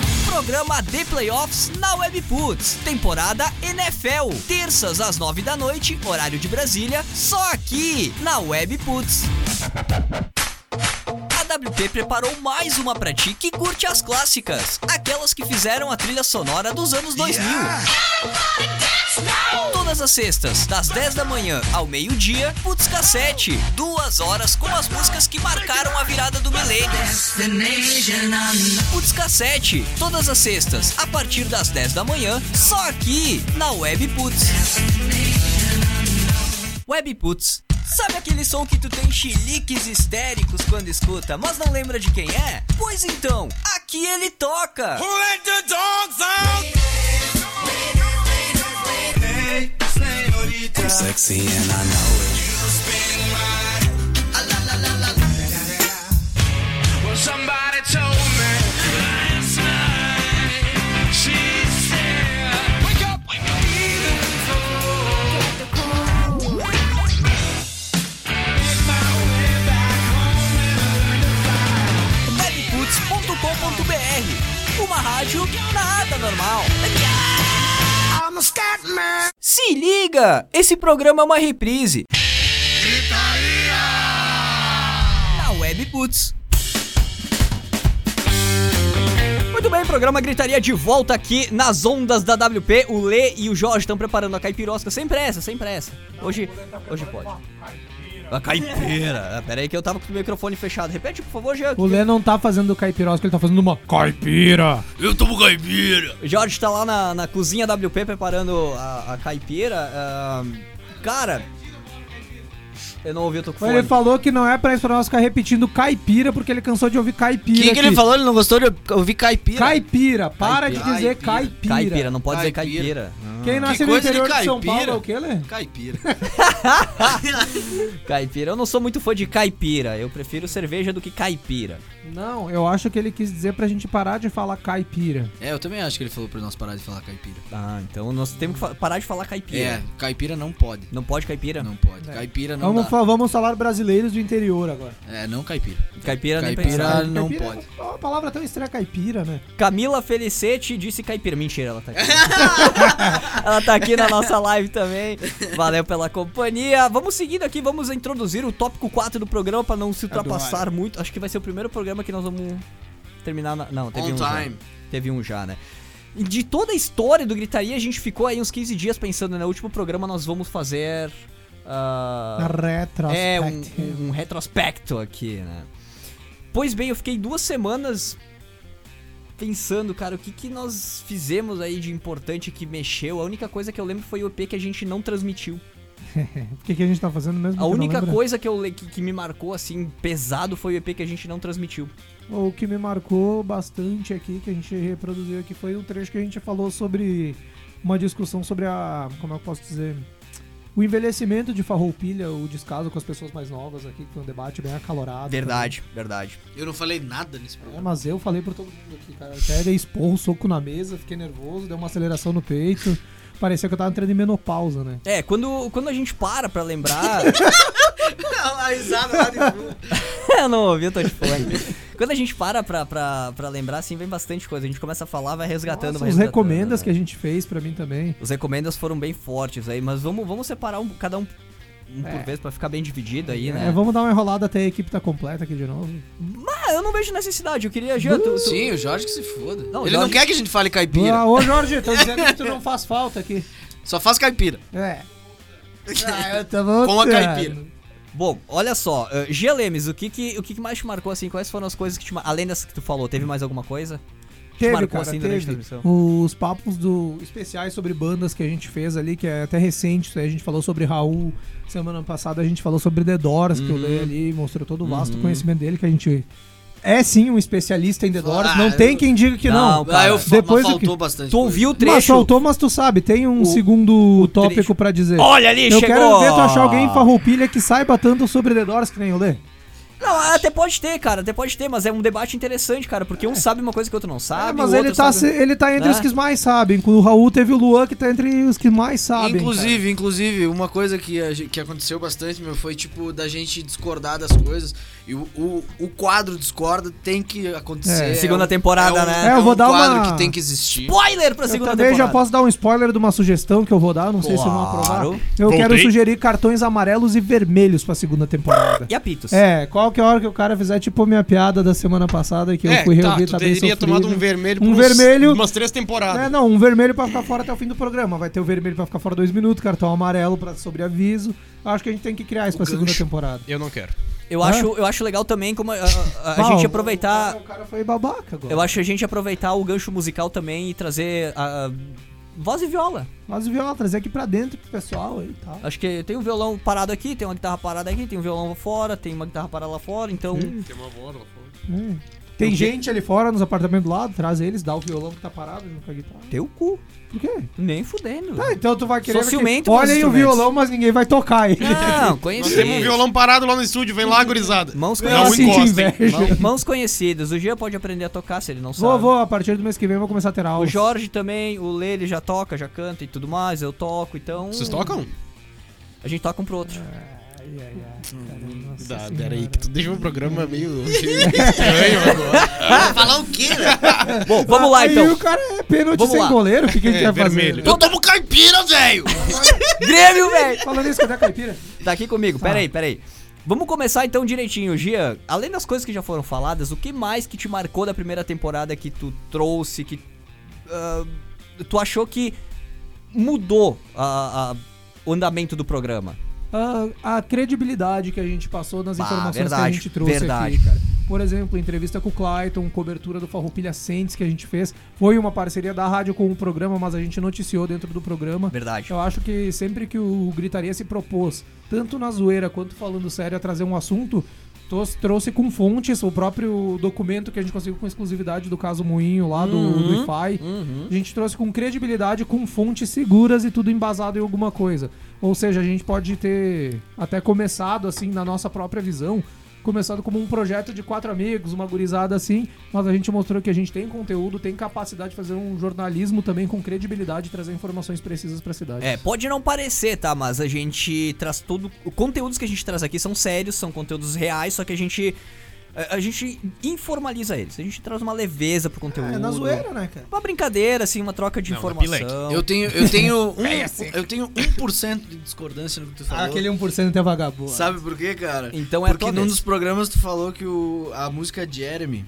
Programa The Playoffs na Webputs, temporada NFL, terças às nove da noite, horário de Brasília, só aqui na Webputs. A WP preparou mais uma pra ti que curte as clássicas, aquelas que fizeram a trilha sonora dos anos 2000. Todas as sextas, das 10 da manhã ao meio-dia, Putz Cassete, duas horas com as músicas que marcaram a virada do milênio. Putz Cassete, todas as sextas, a partir das 10 da manhã, só aqui na Web Putz. Web Putz. Sabe aquele som que tu tem chiliques histéricos quando escuta, mas não lembra de quem é? Pois então, aqui ele toca! webputs.com.br Uma rádio nada normal. Se liga! Esse programa é uma reprise. Na Webputs. Muito bem, programa Gritaria de volta aqui nas ondas da WP. O Lê e o Jorge estão preparando a caipirosca sem pressa, sem pressa. Hoje, hoje pode. A caipira. Ah, Pera aí que eu tava com o microfone fechado. Repete, por favor, Jean. O Lê não tá fazendo caipirosca, ele tá fazendo uma caipira. Jorge tá lá na, na cozinha WP preparando a, a caipira. ah, cara. Eu não ouvi, eu tô com fome. Ele falou que não é pra isso pra nós ficar repetindo caipira, porque ele cansou de ouvir caipira. O que, que ele aqui. falou? Ele não gostou de ouvir caipira? Caipira, para de dizer caipira. Caipira, não pode dizer Caipira. Hum. caipira. Quem nasce no coisa de interior de, São caipira. Paulo é o quê, Lê? Caipira. Caipira. Eu não sou muito fã de caipira. Eu prefiro cerveja do que caipira. Não, eu acho que ele quis dizer pra gente parar de falar caipira. É, eu também acho que ele falou pra nós parar de falar caipira. Ah, então nós temos que fa- parar de falar caipira. É, caipira não pode. Não pode caipira? Não pode. É. Caipira não Vamos, dá. fa- vamos falar brasileiros do interior agora. É, não caipira. Caipira, nem pensar. Caipira não Caipira pode. É uma palavra tão estranha, caipira, né? Camila Felicete disse caipira. Mentira, ela tá aqui. ela tá aqui na nossa live também. Valeu pela companhia. Vamos seguindo aqui, vamos introduzir o tópico 4 do programa pra não se ultrapassar muito. Acho que vai ser o primeiro programa que nós vamos terminar na... Não, teve On um já. time. Teve um já, né? E De toda a história do Gritaria, a gente ficou aí uns 15 dias pensando, né? No último programa nós vamos fazer... ah, Na retrospectiva. é, um, um- um retrospecto aqui, né? Pois bem, eu fiquei duas semanas pensando, cara, o que, que nós fizemos aí de importante que mexeu. A única coisa que eu lembro foi o EP que a gente não transmitiu. O que, que a gente tá fazendo mesmo? A que eu não única lembro? coisa que, eu, le- que, que me marcou, assim, pesado foi o EP que a gente não transmitiu. O que me marcou bastante aqui, que a gente reproduziu aqui, foi um trecho que a gente falou sobre uma discussão sobre a. Como eu posso dizer? O envelhecimento de Farroupilha, o descaso com as pessoas mais novas aqui, que foi um debate bem acalorado. Verdade, verdade. Eu não falei nada nesse É, programa. mas eu falei pra todo mundo aqui, cara. Até dei esporro, um soco na mesa, fiquei nervoso, deu uma aceleração no peito. Parecia que eu tava entrando em menopausa, né? É, quando, quando a gente para pra lembrar. a risada lá de fundo. eu não ouvi, eu tô de fone. Quando a gente para pra, pra, pra lembrar, assim, vem bastante coisa. A gente começa a falar, vai resgatando, Nossa, vai os resgatando, recomendas né? que a gente fez pra mim também. Os recomendas foram bem fortes aí, mas vamos, vamos separar um, cada um, um por vez pra ficar bem dividido aí, né? É, vamos dar uma enrolada até a equipe tá completa aqui de novo. Ah, eu não vejo necessidade, eu queria... Jean, tu- tu- Sim, o Jorge que se foda. Não, o Ele Jorge- não quer que a gente fale Ah, caipira. ô Jorge, tô dizendo que tu não faz falta aqui. Só faz caipira. É. Ah, Com a caipira. Bom, olha só, eh, Jean Lemes, o que que, o que que mais te marcou, assim, quais foram as coisas que te... mar- Além dessas que tu falou, teve mais alguma coisa? que te Teve, marcou, cara, assim, durante a teve transmissão? os papos do especiais sobre bandas que a gente fez ali, que é até recente, isso aí a gente falou sobre Raul, semana passada a gente falou sobre The Doors, que eu Uhum. leio ali, mostrou todo o vasto conhecimento dele, que a gente é sim um especialista em The Doors, Ah, não tem eu- quem diga que Não, não. Cara, ah, eu fa- mas depois do faltou que- bastante. Tu coisa. ouviu o Mas trecho? soltou, mas tu sabe, tem um segundo tópico pra dizer. Olha ali, eu chegou! quero ver tu achar alguém em Farroupilha que saiba tanto sobre The Doors que nem eu lê. Não, até pode ter, cara, até pode ter, mas é um debate interessante, cara, porque um sabe uma coisa que o outro não sabe. É, mas o ele outro tá, sabe- se- ele tá entre né? os que mais sabem. O Raul teve o Luan que tá entre os que mais sabem. inclusive, inclusive, uma coisa que, a gen- que aconteceu bastante, meu, foi tipo da gente discordar das coisas. E o, o, o quadro discorda tem que acontecer. É, segunda um- temporada, é um- né? É, É, eu um vou dar quadro uma- que tem que existir. Spoiler pra Eu segunda também já temporada. posso dar um spoiler de uma sugestão que eu vou dar, não sei se vão aprovar. Claro. Eu Voltei. quero sugerir cartões amarelos e vermelhos pra segunda temporada. E apitos. É, qual que é a hora que o cara fizer tipo minha piada da semana passada que É, eu fui reouvir, É, tu tá, bem teria sofrido. tomado um vermelho Um por uns- vermelho. umas três temporadas. É, não, um vermelho pra ficar fora até o fim do programa. Vai ter o vermelho pra ficar fora dois minutos, cartão amarelo pra sobreaviso. Acho que a gente tem que criar isso pra segunda temporada. Eu não quero. Eu, acho, eu acho legal também como a, a- a Bah, gente o- aproveitar... O cara foi babaca agora. Eu Uhum. acho a gente aproveitar o gancho musical também e trazer a, a voz e viola. Mas o viola trazer aqui pra dentro pro pessoal aí, tá? Acho que tem um violão parado aqui, tem uma guitarra parada aqui, tem um violão fora, tem uma guitarra parada lá fora, então. Hum. Tem Eu- gente ali fora nos apartamentos do lado, traz eles, dá o violão que tá parado junto com a guitarra. Teu cu. Por quê? Nem fudendo. Tá. Ah, então tu vai querer. Sou ciumento com os Olha aí o instrumentos. Ah. violão, mas ninguém vai tocar aí. Não, Nós temos um conhecidos. violão parado lá no estúdio, vem lá, gurizada. Mãos Não, conhecidas. encosta, hein? Mãos, mãos conhecidas. O Gia pode aprender a tocar se ele não Vou, sabe. vou, a partir do mês que vem eu vou começar a ter aula. O Jorge também, o Lê, ele já toca, já canta e tudo mais, eu toco, então. Vocês tocam? A gente toca um pro outro. Ai, ai, ai, cara, nossa Dá, senhora. peraí, que tu deixou o programa meio estranho agora. Falar o quê, né? Bom, vamos lá Aí então. o cara é pênalti Vamos sem lá. goleiro, o que, que a gente É, vai fazer? vermelho. Eu tomo caipira, velho! Grêmio, velho! Falando isso, cadê a caipira? Tá aqui comigo, peraí, peraí. Vamos começar então direitinho, Gia. Além das coisas que já foram faladas, o que mais que te marcou da primeira temporada que tu trouxe, que ah, tu achou que mudou a- a- o andamento do programa? a, a credibilidade que a gente passou nas Bah, informações que a verdade, gente trouxe verdade. aqui, cara. Por exemplo, entrevista com o Clayton, cobertura do Farroupilha Sentes que a gente fez. Foi uma parceria da rádio com o programa, mas a gente noticiou dentro do programa. Verdade. Eu acho que sempre que o Gritaria se propôs, tanto na zoeira quanto falando sério, a trazer um assunto, tos- trouxe com fontes o próprio documento que a gente conseguiu com exclusividade do caso Moinho lá do, do IFAI. A gente trouxe com credibilidade, com fontes seguras e tudo embasado em alguma coisa. Ou seja, a gente pode ter até começado assim na nossa própria visão. Começado como um projeto de quatro amigos, uma gurizada assim, mas a gente mostrou que a gente tem conteúdo, tem capacidade de fazer um jornalismo também com credibilidade e trazer informações precisas pra cidade. É, pode não parecer, tá? Mas a gente traz todo. Os conteúdos que a gente traz aqui são sérios, são conteúdos reais, só que a gente. eh, A a gente informaliza eles. A gente traz uma leveza pro conteúdo. É, na zoeira, né, cara? Uma brincadeira, assim, uma troca de Não, na informação. Eu tenho, eu tenho, É um, assim. eu tenho 1% de discordância Ah, no que tu falou. 1% é vagabundo. Sabe por quê, cara? Então é Porque tua num vez. dos programas tu falou que o, a música Jeremy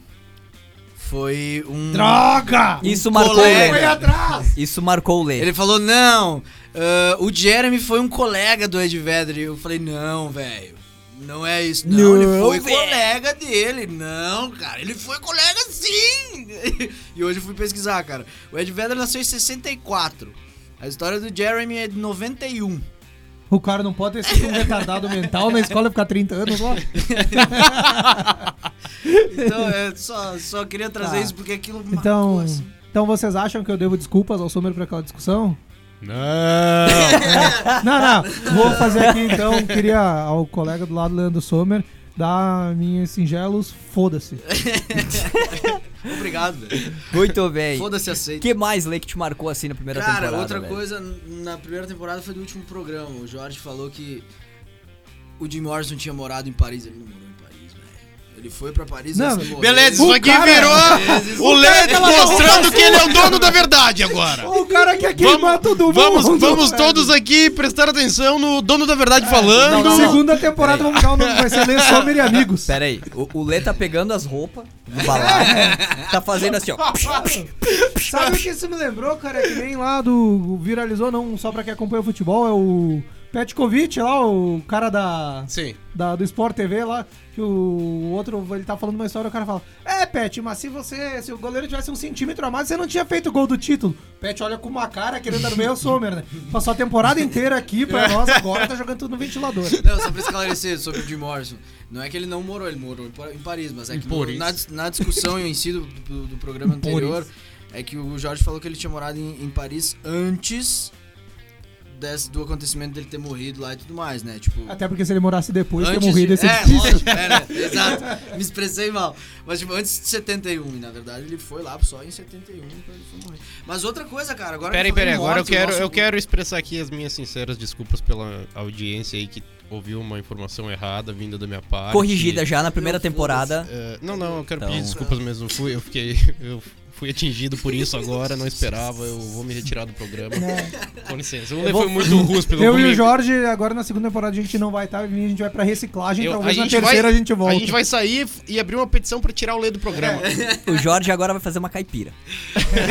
foi um. Droga! Isso marcou colega. o Lê. Isso marcou o Lê. Ele falou, não, ah, o Jeremy foi um colega do Ed Vedder. E eu falei, não, velho. Não é isso, não. ele foi colega dele. Não, cara, ele foi colega sim. e hoje eu fui pesquisar, cara. O Ed Vedder nasceu em 64. A história do Jeremy é de 91. O cara não pode ter sido um retardado mental na escola e ficar 30 anos lá. Então, é, só, só queria Tá. trazer isso porque aquilo marcou, Então, assim. então vocês acham que eu devo desculpas ao Summer por aquela discussão? Não! Não, não. Vou fazer aqui então. Queria ao colega do lado, Leandro Sommer, dar minhas singelos, foda-se. Obrigado, velho. Muito bem. Foda-se, aceito. que mais, Lei, que te marcou assim na primeira Cara, temporada? outra velho? coisa, na primeira temporada foi do último programa. O Jorge falou que o Jim Morrison tinha morado em Paris. Ele não morou em Paris, velho. Ele foi pra Paris Não, antes de morrer. Beleza, isso aqui virou o é Leandro mostrando que ele é o dono da verdade agora. O cara que aqui Vamos, mata todo mundo. vamos, vamos velho. É, todos aqui prestar atenção no dono da verdade Não, falando. Segunda temporada vamos dar o nome, vai ser Lê Sommer e Amigos. Pera aí, o, o Lê tá pegando as roupas do balado, tá fazendo assim, ó. Sabe o que isso me lembrou, cara? É Que nem lá do. Viralizou, não só pra quem acompanha o futebol, é o. Petkovic lá, o cara da, Sim. da- do Sport TV lá, que o outro, ele tá falando uma história, o cara fala, é, Pet, mas se você, se o goleiro tivesse um centímetro a mais, você não tinha feito o gol do título. Pet olha com uma cara querendo dar no meio ao Sommer, né? Passou a temporada inteira aqui pra nós, agora tá jogando tudo no ventilador. Não, só pra esclarecer sobre o Jim Morrison. Não é que ele não morou, ele morou em Paris, mas é que no- na, dis- na discussão em si do, do- do programa anterior, é que o Jorge falou que ele tinha morado em, em Paris antes desse- do acontecimento dele ter morrido lá e tudo mais, né? Tipo, Até porque se ele morasse depois, antes ter morrido, ia ser é, difícil. lógico, é, né? exato. Me expressei mal. Mas tipo, antes de 71, e na verdade ele foi lá só em 71 pra então ele foi morrer. Mas outra coisa, cara, agora Peraí, que falei peraí, agora eu morte, o quero, nosso- eu quero expressar aqui as minhas sinceras desculpas pela audiência aí que ouviu uma informação errada vinda da minha parte. Corrigida já na primeira temporada. É, não, não, eu quero Então- pedir desculpas mesmo. Fui, eu fiquei. Eu fui atingido por isso agora, não esperava. Eu vou me retirar do programa. Com licença. O Lê foi muito rústico Eu e comigo. o Jorge, agora na segunda temporada a gente não vai estar, a gente vai pra reciclagem, Eu- Então, talvez na terceira a gente volta. É. A gente vai sair e abrir uma petição pra tirar o Lê do programa. O Jorge agora vai fazer uma caipira.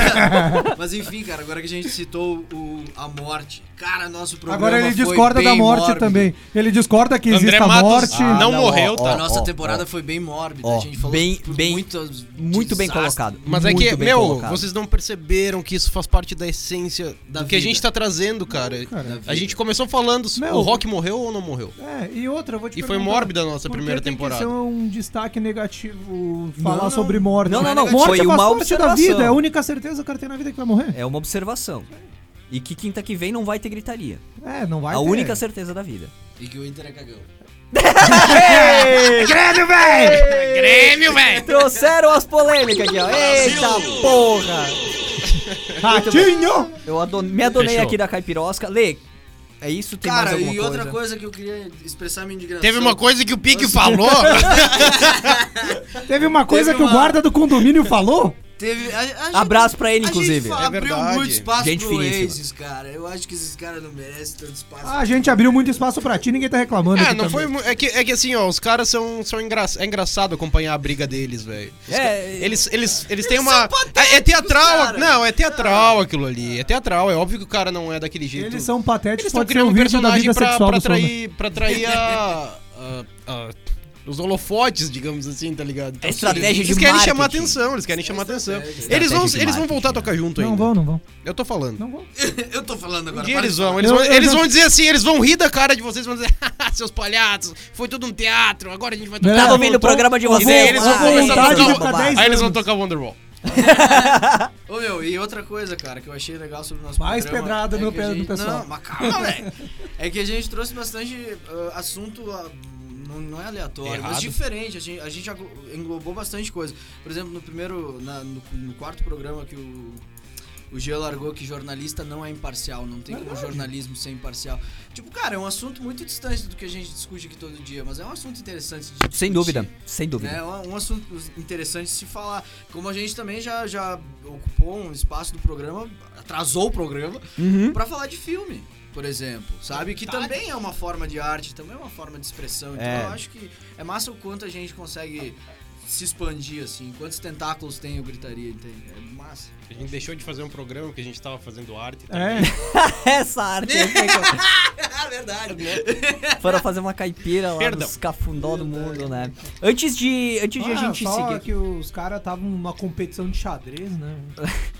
Mas enfim, cara, agora que a gente citou o, a morte, cara, nosso programa Agora ele foi discorda bem da morte mórbido. também. Ele discorda que André existe a Matos- morte. Ah, não ó, morreu, tá? ó, A nossa ó, temporada ó. foi bem mórbida, Ó, a gente falou bem- por bem- muitos Muito bem desastres. colocado. Mas é muito que, bem meu, colocado. vocês não perceberam que isso faz parte da essência Da do que a vida. gente tá trazendo, cara. cara. A gente começou falando se Meu. o Rock morreu ou não morreu. É, e outra, eu vou te E foi perguntar, mórbida a nossa por que primeira tem temporada. Que ser um destaque negativo falar não. sobre morte. Não, não, não, Morte foi faz uma parte da observação. vida, é a única certeza que o cara tem na vida que vai morrer. É uma observação. E que quinta que vem não vai ter gritaria. É, não vai a ter. única certeza da vida. E que o Inter é cagão. É. Trouxeram as polêmicas aqui, ó. Eita porra! Ratinho! Eu adon- me adonei Fechou. aqui da caipirosca. Lê, é isso? Tem Cara, mais e alguma coisa? outra coisa que eu queria expressar minha indignação. Teve uma coisa que o Pique falou. Teve uma coisa Teve que uma- o guarda do condomínio falou? Teve, a- a gente- Abraço pra ele, a inclusive. Gente É abriu verdade. muito espaço Gente pro finíssima. Oasis, cara. Eu acho que esses caras não merecem tanto espaço. Ah, A gente abriu muito espaço pra ti, ninguém tá reclamando. é, aqui não também. foi. mu- É que, é que assim, ó, os caras são, são engra... É engraçado acompanhar a briga deles, velho. Os ca- É, Eles, eles, eles têm são uma. É, é teatral. cara. Não, é teatral aquilo ali. É teatral. É óbvio que o cara não é daquele jeito. Eles são patéticos, Eles estão pode ser criando um um vídeo da personagem vida pra, sexual pra, do Sommer. atrair, pra atrair a, a- a- os holofotes, digamos assim, tá ligado? Então, É estratégia eles, de Eles querem chamar marketing. atenção, eles querem chamar atenção. estratégia. Eles vão, Estratégia de eles vão marketing, voltar a tocar junto ainda. Não vão, não vão. Eu tô falando. Não vão. Eu tô falando agora. Um dia para eles de falar. vão, eles, Eu- vão, eu eles já- vão dizer assim, eles vão rir da cara de vocês, vão dizer, "Ah, seus palhaços, foi tudo um teatro, agora a gente vai tocar. Tava ouvindo o programa de vocês. E daí eles vão Ah, começar a vontade tocar de o- ficar Aí 10 eles vão tocar Wonderwall. Ô meu, e outra coisa, cara, que eu achei legal sobre o nosso Mais programa é pedrada no que pé a do gente- pessoal. Não, mas calma, velho. É que a gente trouxe bastante ah, assunto. ah, não, não é aleatório, mas Errado. diferente. A gente, a gente aglo- englobou bastante coisa. Por exemplo, no primeiro. na- no, no quarto programa que o. O Geo largou que jornalista não é imparcial, não tem como jornalismo ser imparcial. Tipo, cara, é um assunto muito distante do que a gente discute aqui todo dia, mas é um assunto interessante de discutir. Sem dúvida, sem dúvida. É um, um assunto interessante se falar. Como a gente também já, já ocupou um espaço do programa, atrasou o programa, Uhum. pra falar de filme, por exemplo. Sabe? Que também é uma forma de arte, também é uma forma de expressão. Então É. eu acho que é massa o quanto a gente consegue se expandir, assim. Quantos tentáculos tem o Gritaria, entende? É massa. A gente deixou de fazer um programa que a gente tava fazendo arte. É. Essa arte aí foi que Ah, verdade, né? foram fazer uma caipira lá Perdão. nos cafundó do mundo, né? Antes de, antes de a gente Ah, só seguir. que os caras estavam numa competição de xadrez, né?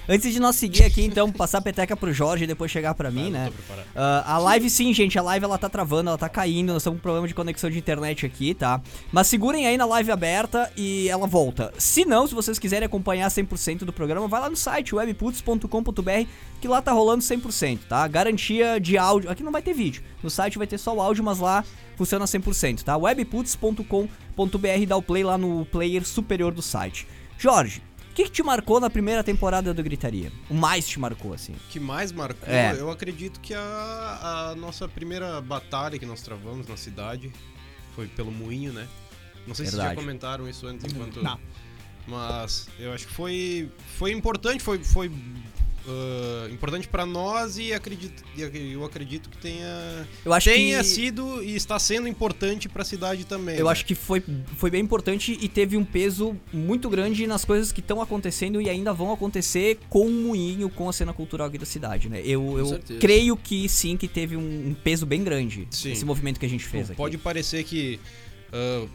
Antes de nós seguir aqui, então, passar a peteca pro Jorge e depois chegar pra mim, né? Ah, a live, sim, gente, a live ela tá travando, ela tá caindo, nós estamos com problema de conexão de internet aqui, tá? Mas segurem aí na live aberta e ela volta. Se não, se vocês quiserem acompanhar 100% do programa, vai lá no site webputs.com.br que lá tá rolando 100%, tá? Garantia de áudio, aqui não vai ter vídeo, no site vai ter só o áudio, mas lá funciona 100%, tá? webputs.com.br, dá o play lá no player superior do site. Jorge, o que, que te marcou na primeira temporada do Gritaria? O mais te marcou, assim? que mais marcou, É. eu acredito que a, a nossa primeira batalha que nós travamos na cidade foi pelo moinho, né? Não sei se Verdade. já comentaram isso antes enquanto. Mas eu acho que foi, foi importante, foi, foi ah, importante pra nós e acredito, e ac- eu acredito que tenha, Eu acho tenha que- sido e está sendo importante pra cidade também. Eu assim, né? acho que foi, foi bem importante e teve um peso muito grande nas coisas que estão acontecendo e ainda vão acontecer com o moinho, com a cena cultural aqui da cidade, né? Eu, eu certeza. creio que sim, que teve um, um peso bem grande Sim. esse movimento que a gente fez Tipo, aqui. Pode parecer que ah,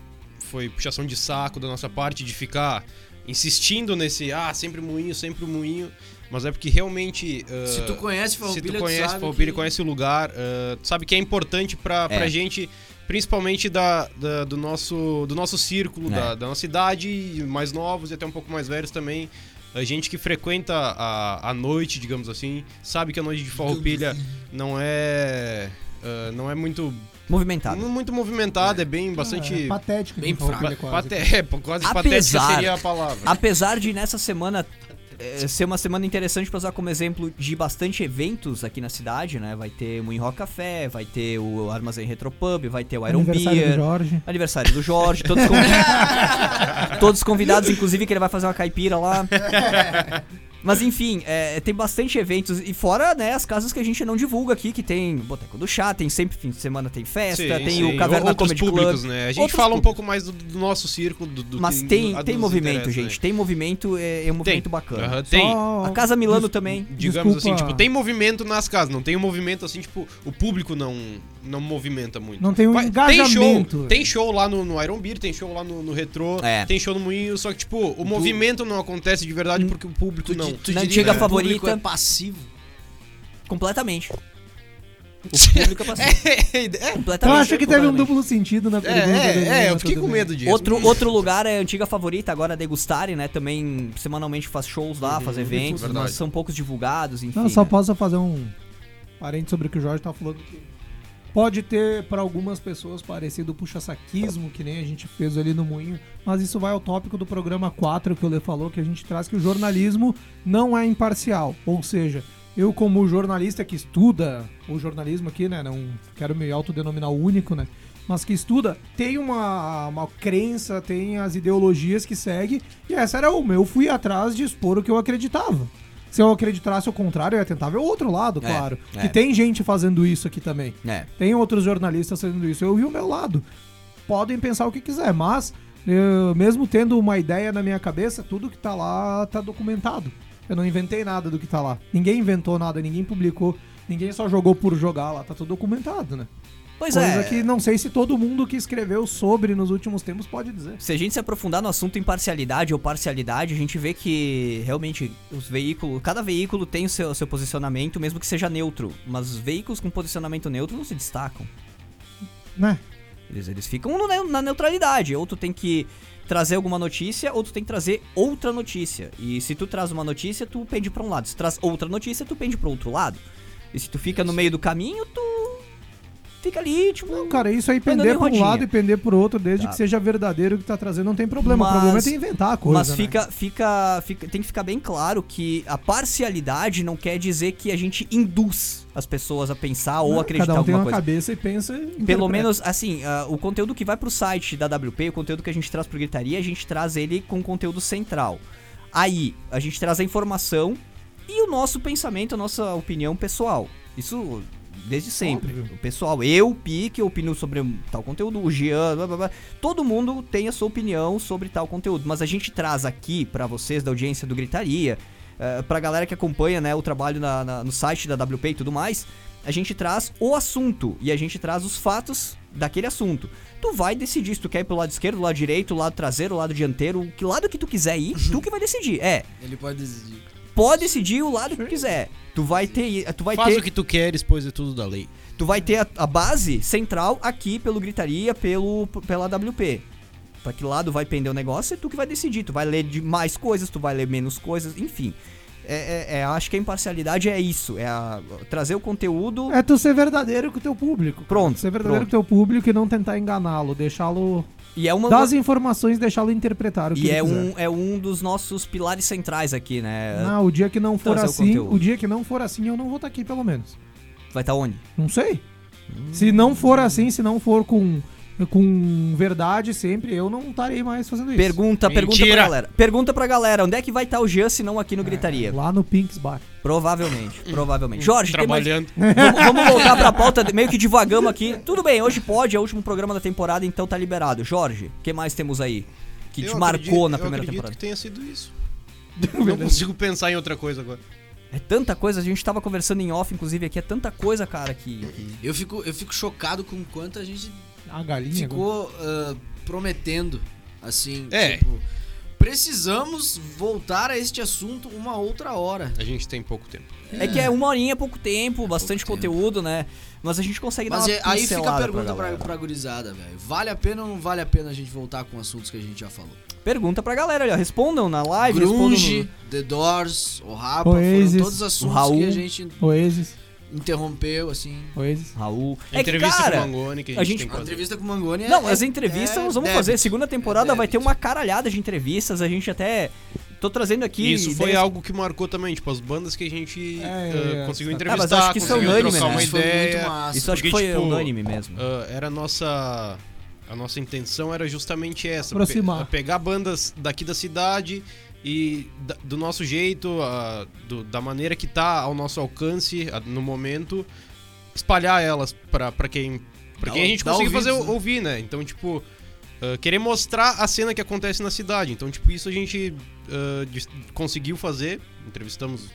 foi puxação de saco da nossa parte de ficar insistindo nesse ah, sempre moinho, sempre o moinho. Mas é porque realmente. ah, Se tu conhece se Farroupilha, tu tu conhece sabe Farroupilha, que- conhece o lugar, ah, tu sabe que é importante pra, É. pra gente, principalmente da, da- do, nosso, do nosso círculo, É. da, da nossa idade, e mais novos e até um pouco mais velhos também. A gente que frequenta a, a noite, digamos assim, sabe que a noite de Farroupilha assim. não é. ah, não é muito Movimentado. Mu- Muito movimentado, é, bem É, bastante. patético. Bem né? de falar fraca, quase. Pate... É, pô, quase Apesar- patética seria a palavra. Apesar de nessa semana eh, ser uma semana interessante pra usar como exemplo de bastante eventos aqui na cidade, né? Vai ter o Rock Café, vai ter o Armazém Retropub, vai ter o Iron Aniversário um do Beer. Jorge. Aniversário do Jorge, todos convidados, todos convidados, inclusive que ele vai fazer uma caipira lá. Mas enfim, é, tem bastante eventos. E fora, né, as casas que a gente não divulga aqui, que tem Boteco do Chá, tem sempre fim de semana, tem festa, Sim, tem sim. o Caverna Outros Comedy públicos, Club. né? A gente Outros fala um públicos. pouco mais do, do nosso círculo, do, do Mas que- tem, a- tem nos movimento, interessa, né? gente. Tem movimento, é, é um movimento bacana. Aham, tem. Só- A Casa Milano também. Digamos desculpa. assim, tipo, tem movimento nas casas, não tem um movimento assim, tipo, o público não, não movimenta muito. Não tem um Tem show, engajamento. tem show lá no, no Iron Beer, tem show lá no, no Retro, É. tem show no Moinho, só que, tipo, o movimento não acontece de verdade porque o público não. Tu Na diria antiga que o público favorita. é passivo. Completamente. O público é passivo. Eu completamente. acho que teve um completamente. duplo sentido na É, pergunta. é, é, mas eu fiquei tudo com bem. medo disso. Outro, outro lugar é a antiga favorita, agora Degustare, né? Também semanalmente faz shows lá, faz eventos, verdade. mas são poucos divulgados, enfim. Uhum. Não, eu só né? posso fazer um parente sobre o que o Jorge tá falando que pode ter para algumas pessoas parecido puxa-saquismo, que nem a gente fez ali no Moinho, mas isso vai ao tópico do programa 4 que o Lê falou, que a gente traz que o jornalismo não é imparcial, ou seja, eu como jornalista que estuda o jornalismo aqui, né, não quero me autodenominar único, né, mas que estuda, tem uma, uma crença, tem as ideologias que segue, e essa era uma, eu fui atrás de expor o que eu acreditava. Se eu acreditasse ao contrário, eu ia tentar ver o outro lado, É, claro. é. Que tem gente fazendo isso aqui também. É. Tem outros jornalistas fazendo isso. Eu vi o meu lado. Podem pensar o que quiser, mas eu, mesmo tendo uma ideia na minha cabeça, tudo que tá lá tá documentado. Eu não inventei nada do que tá lá. Ninguém inventou nada, ninguém publicou, ninguém só jogou por jogar lá. Tá tudo documentado, né? Pois Coisa é. que não sei se todo mundo que escreveu sobre nos últimos tempos pode dizer. Se a gente se aprofundar no assunto imparcialidade ou parcialidade, a gente vê que realmente os veículos, cada veículo tem o seu, seu posicionamento, mesmo que seja neutro. Mas os veículos com posicionamento neutro não se destacam. Né? Eles, eles ficam no neu- na neutralidade. Ou tu tem que trazer alguma notícia, ou tu tem que trazer outra notícia. E se tu traz uma notícia, tu pende pra um lado. Se tu traz outra notícia, tu pende pro outro lado. E se tu fica no meio do caminho, tu fica ali, tipo. Não, cara, isso aí Andando pender em por um rodinha. lado e pender por outro, desde Tá. que seja verdadeiro o que tá trazendo, não tem problema. o problema é Mas- tu inventar a coisa. Mas né? fica, fica, fica- tem que ficar bem claro que a parcialidade não quer dizer que a gente induz as pessoas a pensar ou Não, acreditar Cada um tem alguma uma coisa. cabeça e pensa. e Pelo interpreta. menos, assim, ah, o conteúdo que vai pro site da WP, o conteúdo que a gente traz pro Gritaria, a gente traz ele com conteúdo central. Aí, a gente traz a informação e o nosso pensamento, a nossa opinião pessoal. Isso desde sempre. O pessoal, eu, Pi, que opino sobre tal conteúdo, o Jean, blá, blá, blá. Todo mundo tem a sua opinião sobre tal conteúdo, mas a gente traz aqui pra vocês da audiência do Gritaria, eh, pra galera que acompanha, né, o trabalho na- na- no site da WP e tudo mais, a gente traz o assunto e a gente traz os fatos daquele assunto. Tu vai decidir se tu quer ir pro lado esquerdo, lado direito, lado traseiro, lado dianteiro, que lado que tu quiser ir, tu que vai decidir. É, Ele pode decidir. pode decidir o lado que quiser. Tu vai ter. Tu vai Faz ter o que tu queres, pois é tudo da lei. tu vai ter a, a base central aqui pelo gritaria, pelo pela WP. Pra que lado vai pender o negócio é tu que vai decidir. Tu vai ler de mais coisas, tu vai ler menos coisas, enfim. É, é- é- acho que a imparcialidade é isso, é a- trazer o conteúdo. É tu ser verdadeiro com o teu público. Pronto, Ser é verdadeiro pronto. com o teu público e não tentar enganá-lo, deixá-lo. E é uma Dar as informações e deixá-lo interpretar o que e ele é quiser. um, é um dos nossos pilares centrais aqui, né? Não, o dia que não for trazer o assim, conteúdo. o dia que não for assim, eu não vou estar aqui, pelo menos. Vai estar onde? Não sei. Se não for assim, se não for com, com verdade sempre, eu não estarei mais fazendo isso. Pergunta, pergunta pra Mentira. galera. Pergunta pra galera, onde é que vai estar o Jean se não aqui no Gritaria? É, Lá no Pink's Bar. Provavelmente, provavelmente. Jorge, tem mais... Hum. Trabalhando. vamos, vamos voltar pra pauta, meio que divagamos aqui. Tudo bem, hoje pode, é o último programa da temporada, então tá liberado. Jorge, o que mais temos aí? Que te Eu marcou acredito- na eu primeira acredito temporada. que tenha sido isso. Não consigo pensar em outra coisa agora. É tanta coisa, a gente tava conversando em off, inclusive, aqui é tanta coisa, cara, que. que- Eu fico, eu fico chocado com quanto a gente A galinha. ficou ah, prometendo, assim, É. tipo, precisamos voltar a este assunto uma outra hora. A gente tem pouco tempo. É que é uma horinha, pouco tempo, bastante Pouco conteúdo, né? Mas a gente consegue Mas dar é- uma aí fica a pincelada pergunta pra, galera. pra gurizada, velho. Vale a pena ou não vale a pena a gente voltar com assuntos que a gente já falou? Pergunta pra galera, ali, ó. respondam na live, Grunge, respondam no- The Doors, o Rapa, Oasis, foram todos assuntos Raul. que a gente Oasis, interrompeu, assim. Oasis. Raul. É que, Entrevista cara, com o Mangoni que a gente, a gente- tem que A fazer. entrevista com o Mangoni é- Não, as é- entrevistas é nós vamos débito. fazer. Segunda temporada É vai ter débito. uma caralhada de entrevistas. A gente até. Tô trazendo aqui. Isso foi ideias- algo que marcou também, tipo, as bandas que a gente É, ah, é, conseguiu é. entrevistar, Ah, mas acho que isso é conseguiu unânime, trocar né? uma Isso foi ideia. muito massa. Isso acho que porque, foi tipo, unânime mesmo. Ah, era a nossa. A nossa intenção era justamente essa: Aproximar. pe- pegar bandas daqui da cidade e da- do nosso jeito, ah, do- da maneira que tá ao nosso alcance ah, no momento, espalhar elas pra, pra quem. Pra Dá quem a o- gente dá conseguir ouvidos, fazer o- né? ouvir, né? Então, tipo. ah, querer mostrar a cena que acontece na cidade. Então, tipo, isso a gente ah, dis- conseguiu fazer. Entrevistamos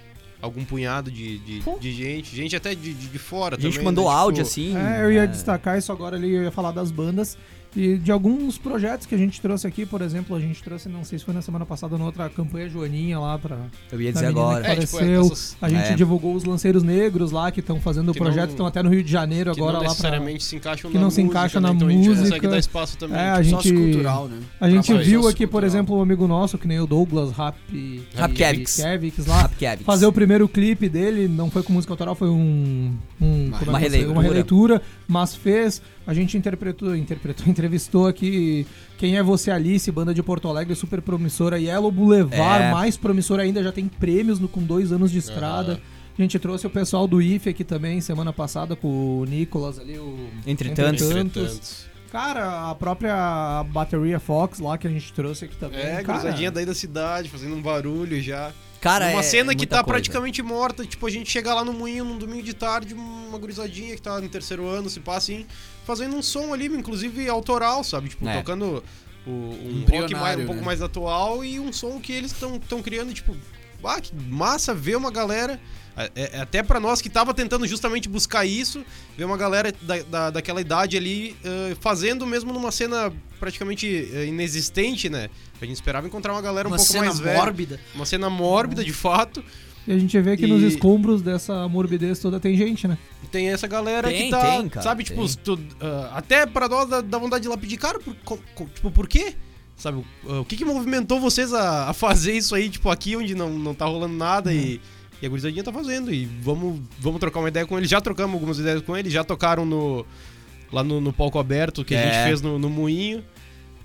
algum punhado de, de, Pô. de gente. Gente até de, de, de fora A gente também, mandou né? Tipo, áudio assim. É, eu ia né? destacar isso agora ali, eu ia falar das bandas e de alguns projetos que a gente trouxe aqui, por exemplo, a gente trouxe, não sei se foi na semana passada ou na outra campanha Joaninha lá pra. Eu ia da dizer menina agora. que É, tipo, faleceu. essas- A gente É. divulgou os Lanceiros Negros lá que estão fazendo o Que projeto, não- estão até no Rio de Janeiro que agora não lá pra. necessariamente se encaixam que na não se música, encaixa né? na então a gente consegue música. dar espaço também. É, a tipo, gente, Sócio-cultural, né? a gente Trabalho viu aqui, por sócio-cultural. exemplo, um amigo nosso, que nem o Douglas Rap e- Rapkevics. e Kevics lá, Rapkevics. fazer o primeiro clipe dele, não foi com música autoral, foi um, um- como é que uma eu sei? releitura. uma releitura, mas fez, a gente interpretou, interpretou, entrevistou aqui Quem é Você Alice, banda de Porto Alegre, super promissora, Yellow Boulevard, É. mais promissora ainda, já tem prêmios no- com dois anos de estrada. A gente trouxe o pessoal do IFE aqui também, semana passada, com o Nicolas ali, o... Entre entre tantos. tantos. Cara, a própria bateria Fox lá que a gente trouxe aqui também. É, cara, cruzadinha daí da cidade, fazendo um barulho já. Cara, uma é- cena é que muita tá coisa. praticamente morta, tipo, a gente chega lá no moinho num domingo de tarde, uma gurizadinha que tá no terceiro ano, se passa assim, fazendo um som ali, inclusive autoral, sabe? Tipo, É. tocando o- um, rock Embrionário, mais, um né? pouco mais atual e um som que eles estão criando, tipo, ah, que massa ver uma galera. é- é até pra nós que tava tentando justamente buscar isso, ver uma galera da, da- daquela idade ali eh, fazendo mesmo numa cena praticamente eh, inexistente, né? A gente esperava encontrar uma galera um Uma pouco cena mais velha. mórbida. Uma cena mórbida, de fato. E a gente vê que nos E- escombros dessa morbidez toda tem gente, né? Tem essa galera Tem, que tá. tem, cara, sabe, tipo, tem. os tu- ah, até pra nós dá, dá vontade de ir lá pedir, cara, por, co- co- tipo, por quê? Sabe, o- ah, o que que movimentou vocês a, a fazer isso aí, tipo, aqui onde não, não tá rolando nada e, e a gurizadinha tá fazendo. E vamos, vamos trocar uma ideia com eles. Já trocamos algumas ideias com eles, já tocaram no. Lá no, no palco aberto que a gente É. fez no, no Moinho.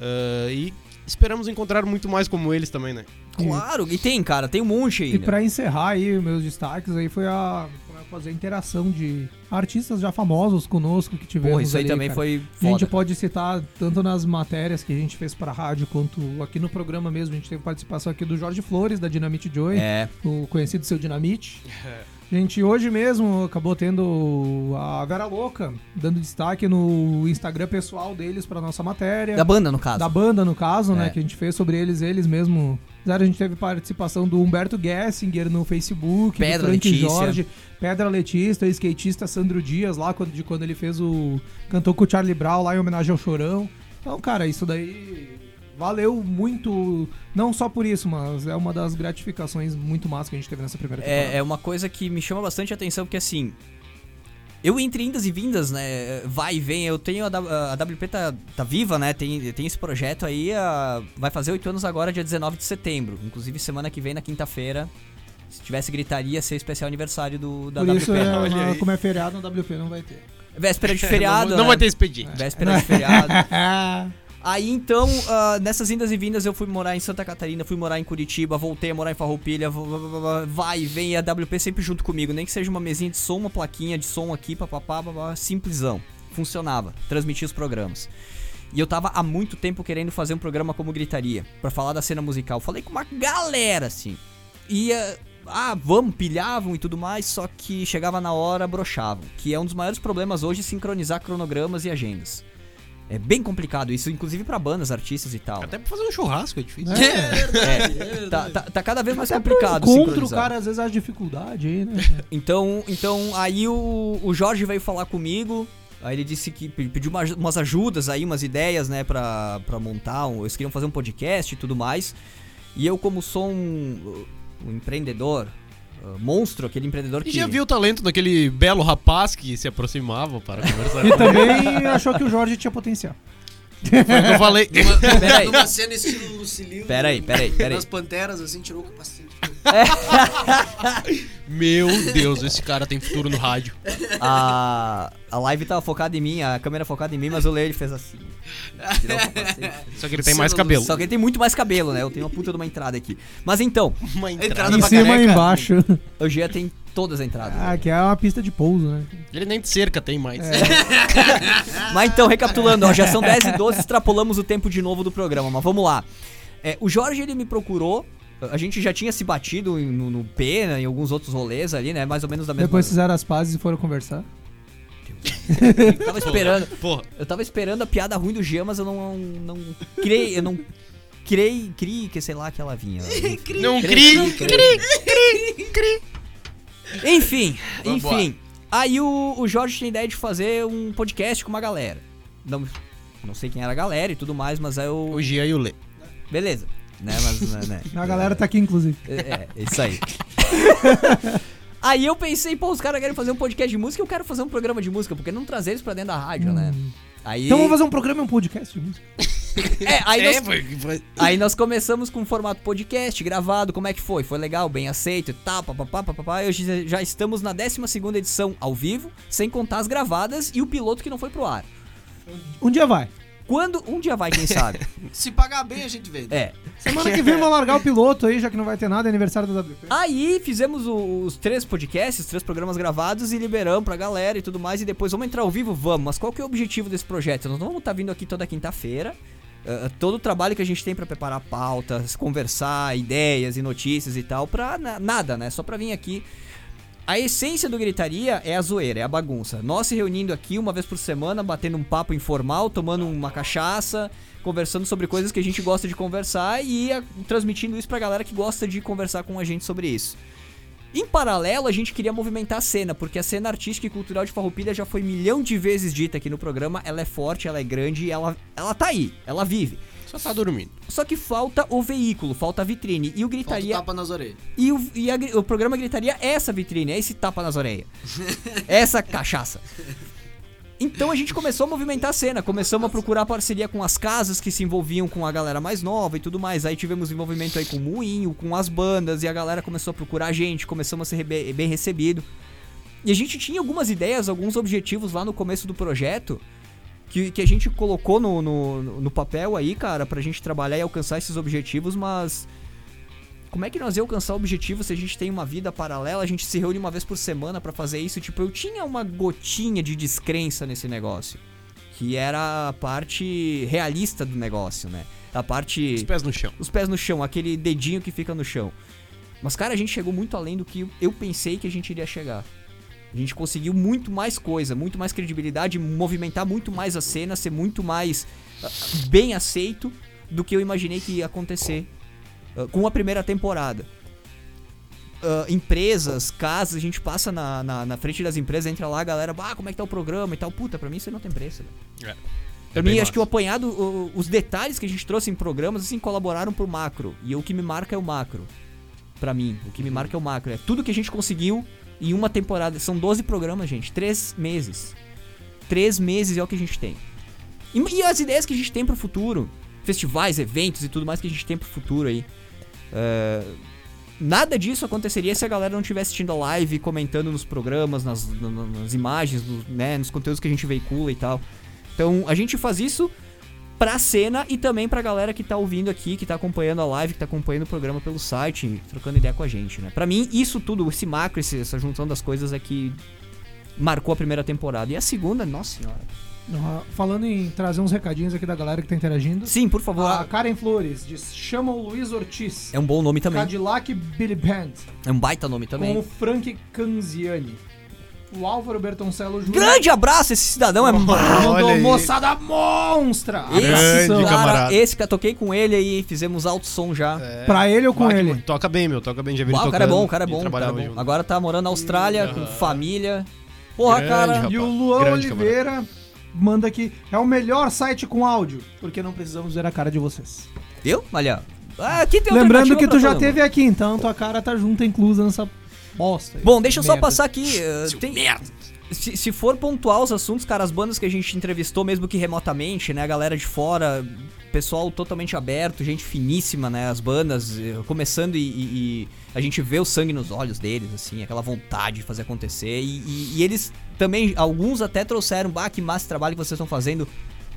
Ah, e esperamos encontrar muito mais como eles também, né? Claro, e tem, cara, tem um monte E ainda. pra encerrar aí meus destaques aí foi a como é que eu fazer a interação de artistas já famosos conosco que tivemos Porra, isso aí ali, também cara. foi A gente foda. pode citar tanto nas matérias que a gente fez pra rádio quanto aqui no programa mesmo, a gente teve participação aqui do Jorge Flores da Dinamite Joy. É, o conhecido seu Dinamite. Gente, hoje mesmo acabou tendo a Vera Louca dando destaque no Instagram pessoal deles pra nossa matéria. da banda, no caso. Da banda, no caso, né? É. Que a gente fez sobre eles, eles mesmo. Fizeram, A gente teve participação do Humberto Gessinger no Facebook, Pedra do Frank Letícia. Jorge, Pedra Letista, o skatista Sandro Dias, lá quando, de quando ele fez o. cantou com o Charlie Brown lá em homenagem ao Chorão. Então, cara, isso daí Valeu muito, não só por isso, mas é uma das gratificações muito massa que a gente teve nessa primeira temporada. É, é uma coisa que me chama bastante atenção, porque assim. Eu entre indas e vindas, né? Vai e vem. Eu tenho a, W- a WP tá, tá viva, né? Tem, tem esse projeto aí. a- vai fazer oito anos agora, dia 19 de setembro. Inclusive, semana que vem, na quinta-feira. Se tivesse gritaria, ia ser especial aniversário do, da Por WP. isso, é, olha uma- aí. como é feriado, no WP não vai ter. Véspera de feriado. não né? vai ter expediente. Véspera de feriado. É, É, Aí então, ah, nessas indas e vindas, eu fui morar em Santa Catarina, fui morar em Curitiba, voltei a morar em Farroupilha, v- v- v- vai e vem e a WP sempre junto comigo, nem que seja uma mesinha de som, uma plaquinha de som aqui, papapá, babá, simplesão. Funcionava, transmitia os programas. E eu tava há muito tempo querendo fazer um programa como Gritaria, pra falar da cena musical. Falei com uma galera assim. Ia, ah, vamos, pilhavam e tudo mais, só que chegava na hora, brochavam, que é um dos maiores problemas hoje sincronizar cronogramas e agendas. É bem complicado isso, inclusive pra bandas, artistas e tal. Até pra fazer um churrasco é difícil. É, tá, tá- tá cada vez mais complicado né? Contra o sincronizar. cara, às vezes, as dificuldades aí, né? Então, então aí o, o Jorge veio falar comigo. Aí ele disse que pe- pediu uma aj- umas ajudas aí, umas ideias, né, pra, pra montar. Um, eles queriam fazer um podcast e tudo mais. E eu, como sou um, um empreendedor, uh, monstro, aquele empreendedor E que. já viu o talento daquele belo rapaz que se aproximava para conversar E com ele. também achou que o Jorge tinha potencial. Então Foi o que eu falei. Peraí. Numa cena estilo Lucilio. Peraí, peraí, peraí. Nas panteras, assim, tirou o capacete. Meu Deus, esse cara tem futuro no rádio. A, a live tava focada em mim, a câmera focada em mim, mas o Leir fez assim. Tirou assim. o capacete. Só que ele tem mais cabelo. Só que ele tem muito mais cabelo, né? Eu tenho uma puta de uma entrada aqui. Mas então, Uma entrada em pra cima e careca. embaixo. o Gia tem todas as entradas. Ah, que é uma pista de pouso, né? Ele nem de cerca tem mais. Mas então, recapitulando, ó, já são 10 e 12, extrapolamos o tempo de novo do programa, mas vamos lá. É, o Jorge, ele me procurou, a gente já tinha se batido em- no, no P, né, em alguns outros rolês ali, né, mais ou menos da mesma... Depois fizeram as pazes e foram conversar. Eu tava esperando, Porra, eu tava esperando a piada ruim do Jean, mas eu não, não, não criei, eu não... Criei, criei, que sei lá que ela vinha. não crie. Enfim, Vambora. enfim. Aí o, o Jorge tinha ideia de fazer um podcast com uma galera. Não, não sei quem era a galera e tudo mais, mas aí eu... O Gia e o Lê. Beleza. Né, mas... Né, A galera tá aqui, inclusive. É, é isso aí. aí eu pensei, pô, os caras querem fazer um podcast de música, eu quero fazer um programa de música, porque não trazer eles pra dentro da rádio, né? Aí, Então vamos fazer um programa e um podcast de música. É, aí, É, nós, foi- foi- aí nós começamos com o formato podcast, gravado, como é que foi? Foi legal, bem aceito, tá, papapá, papapá. E Hoje já estamos na 12ª edição ao vivo, sem contar as gravadas e o piloto que não foi pro ar. Um dia vai. Quando um dia vai, quem sabe? Se pagar bem, a gente vende. É. Semana que vem vamos largar o piloto aí, já que não vai ter nada, é aniversário da WP. Aí fizemos o- os três podcasts, os três programas gravados e liberamos pra galera e tudo mais. E depois vamos entrar ao vivo? Vamos. Mas qual que é o objetivo desse projeto? Nós não vamos estar vindo aqui toda quinta-feira. Ah, todo o trabalho que a gente tem pra preparar pautas, conversar, ideias e notícias e tal, pra na- nada, né? Só pra vir aqui. A essência do gritaria é a zoeira, é a bagunça. Nós se reunindo aqui uma vez por semana, batendo um papo informal, tomando uma cachaça, conversando sobre coisas que a gente gosta de conversar e a- transmitindo isso pra galera que gosta de conversar com a gente sobre isso. Em paralelo, a gente queria movimentar a cena, porque a cena artística e cultural de Farroupilha já foi milhão de vezes dita aqui no programa. Ela é forte, ela é grande e ela, ela tá aí, ela vive. Só tá dormindo. Só que falta o veículo, falta a vitrine. E o Falta o gritaria tapa nas orelhas. e, o, e a gri- o programa gritaria essa vitrine, é esse tapa nas orelhas. essa cachaça. Então a gente começou a movimentar a cena, começamos a procurar parceria com as casas que se envolviam com a galera mais nova e tudo mais. Aí tivemos envolvimento aí com o Moinho, com as bandas, e a galera começou a procurar a gente, começamos a ser rebe- bem recebido. E a gente tinha algumas ideias, alguns objetivos lá no começo do projeto que, que a gente colocou no, no, no papel aí, cara, pra gente trabalhar e alcançar esses objetivos, mas como é que nós ia alcançar o objetivo se a gente tem uma vida paralela, a gente se reúne uma vez por semana pra fazer isso? Tipo, eu tinha uma gotinha de descrença nesse negócio. Que era a parte realista do negócio, né? A Os parte. pés no chão. Os pés no chão, aquele dedinho que fica no chão. Mas, cara, a gente chegou muito além do que eu pensei que a gente iria chegar. A gente conseguiu muito mais coisa, muito mais credibilidade, movimentar muito mais a cena, ser muito mais ah, bem aceito do que eu imaginei que ia acontecer ah, com a primeira temporada. Ah, empresas, casas, a gente passa na, na, na frente das empresas, entra lá, a galera, ah, como é que tá o programa e tal. Puta, pra mim isso aí não tem preço. velho. e acho que o apanhado, o- os detalhes que a gente trouxe em programas, assim, colaboraram pro macro. E o que me marca é o macro. Pra mim, o que me marca é o macro. É tudo que a gente conseguiu em uma temporada. São 12 programas, gente. Três meses. Três meses é o que a gente tem. E, e as ideias que a gente tem pro futuro. Festivais, eventos e tudo mais que a gente tem pro futuro aí. É, nada disso aconteceria se a galera não estivesse assistindo a live, comentando nos programas, nas, na- na- nas imagens, no- né, nos conteúdos que a gente veicula e tal. Então a gente faz isso pra cena e também pra galera que tá ouvindo aqui, que tá acompanhando a live, que tá acompanhando o programa pelo site, trocando ideia com a gente, né? Pra mim, isso tudo, esse macro, esse- essa junção das coisas é que marcou a primeira temporada. E a segunda, nossa senhora. Ah, Falando em trazer uns recadinhos aqui da galera que tá interagindo. Sim, por favor. A Karen Flores diz: chama o Luiz Ortiz. Ah, É um bom nome também. Cadillac Billy Band. É um baita nome Com também. o Frank Canziani. O Álvaro Bertoncello Júnior. Grande abraço, esse cidadão é Olha Mandou aí. moçada monstra! Esse Grande cara, camarada. esse que eu toquei com ele aí, fizemos alto som já. É, Pra ele ou com Bah, que ele? mano, Toca bem, meu. Toca bem. Já vi ele Uau, o cara é tocando bom, o cara é e bom. trabalhava cara é bom. junto. Agora tá morando na Austrália, com família. Porra, Grande, cara. rapaz. E o Luan Grande Oliveira manda aqui: é o melhor site com áudio, porque não precisamos ver a cara de vocês. Viu? Olha. Ah, aqui tem Lembrando que alternativa tu pra já todo mundo. teve aqui, então tua cara tá junta, inclusa nessa bosta. aí. Bom, deixa eu só Merda. passar aqui. eh, tem- Se, se for pontuar os assuntos, cara, as bandas que a gente entrevistou, mesmo que remotamente, né? A galera de fora, pessoal totalmente aberto, gente finíssima, né? As bandas eh, começando e, e- e a gente vê o sangue nos olhos deles, assim, aquela vontade de fazer acontecer. E, e- e eles também, alguns até trouxeram, bah, que massa esse trabalho que vocês estão fazendo.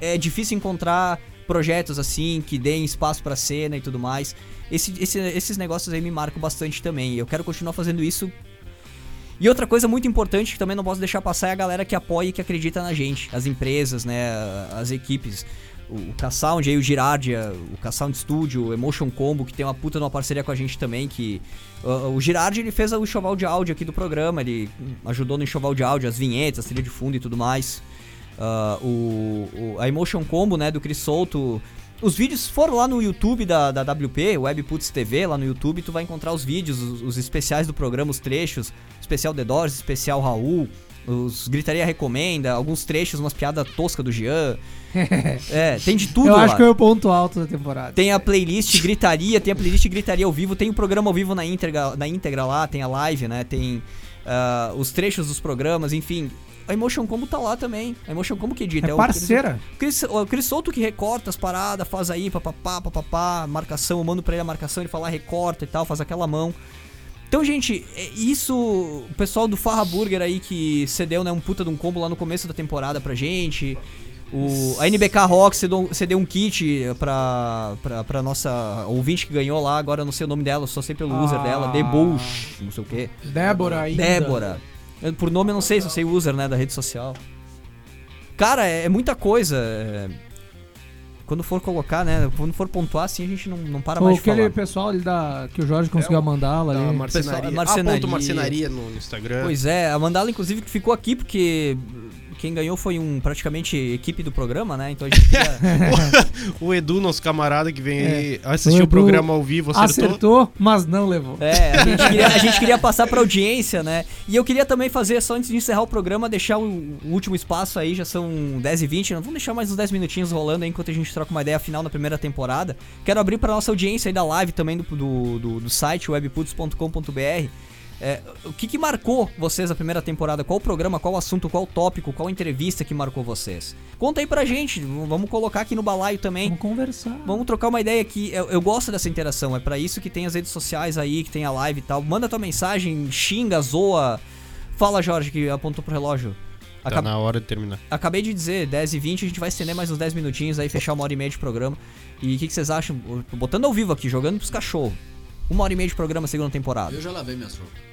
É difícil encontrar projetos assim, que deem espaço pra cena e tudo mais. Esse- esse- esses negócios aí me marcam bastante também. E eu quero continuar fazendo isso e outra coisa muito importante que também não posso deixar passar é a galera que apoia e que acredita na gente. As empresas, né? As equipes. O K-Sound aí, o Girardia, o K-Sound Studio, o Emotion Combo, que tem uma puta numa parceria com a gente também, que... ah, o Girardi, ele fez o enxoval de áudio aqui do programa, ele ajudou no enxoval de áudio, as vinhetas, trilha de fundo e tudo mais. Ah, o, o- a Emotion Combo, né, do Cris Souto. Os vídeos foram lá no YouTube da, da WP, Webputs TV, lá no YouTube, tu vai encontrar os vídeos, os, os especiais do programa, os trechos, especial The Doors, especial Raul, os Gritaria Recomenda, alguns trechos, umas piadas toscas do Jean. é, tem de tudo Eu lá. acho que é o ponto alto da temporada. Tem a playlist Gritaria, tem a playlist Gritaria ao vivo, tem o programa ao vivo na íntegra, na íntegra lá, tem a live, né? Tem ah, os trechos dos programas, enfim. A Emotion Combo tá lá também. A Emotion Combo um que edita. É o- parceira. o Cris, o Cris Souto que recorta as paradas, faz aí, papapá, papapá, marcação, eu mando pra ele a marcação, ele fala, "Ah, recorta e tal, faz aquela mão. Então, gente, é isso. O pessoal do Farra Burger aí que cedeu, né, um puta de um combo lá no começo da temporada pra gente. O, a NBK Rock cedeu, cedeu um kit pra, pra, pra nossa ouvinte que ganhou lá, agora eu não sei o nome dela, eu só sei pelo user Ah. dela, Debush, não sei o quê. Débora ainda. Débora. Eu, por nome eu não sei, só sei o user, né, da rede social. Cara, é, é muita coisa. é. Quando for colocar, né, quando for pontuar, assim, a gente não, não para Ou mais de aquele falar. pessoal ali da, que o Jorge conseguiu É mandá-la Da ali. Tá, marcenaria. Pessoal, é marcenaria. Ah, ponto marcenaria no Instagram. Pois é, a Mandala, inclusive, que ficou aqui, porque quem ganhou foi um, praticamente, equipe do programa, né, então a gente queria... O Edu, nosso camarada que vem É. aí, O assistiu o, Edu programa ao vivo, acertou. Acertou, mas não levou. É, a gente queria, a gente queria passar pra audiência, né? E eu queria também fazer, só antes de encerrar o programa, deixar o, o último espaço aí, já são 10 e 20 né? vamos deixar mais uns 10 minutinhos rolando aí enquanto a gente troca uma ideia final na primeira temporada. Quero abrir pra nossa audiência aí da live também do, do, do, do site webputs.com.br. É, o que, que marcou vocês a primeira temporada? Qual programa, qual assunto, qual tópico, qual entrevista que marcou vocês? Conta aí pra gente, v- vamos colocar aqui no balaio também. Vamos conversar. Vamos trocar uma ideia aqui. Eu, eu gosto dessa interação. É pra isso que tem as redes sociais aí, que tem a live e tal. Manda tua mensagem, xinga, zoa. Fala, Jorge, que apontou pro relógio. Tá Acab- na hora de terminar. Acabei de dizer, 10 e 20 a gente vai estender mais uns 10 minutinhos aí, fechar uma hora e meia de programa. E o que, que vocês acham? Tô Botando ao vivo aqui, jogando pros cachorros. Uma hora e meia de programa, segunda temporada. Eu já lavei minhas roupas.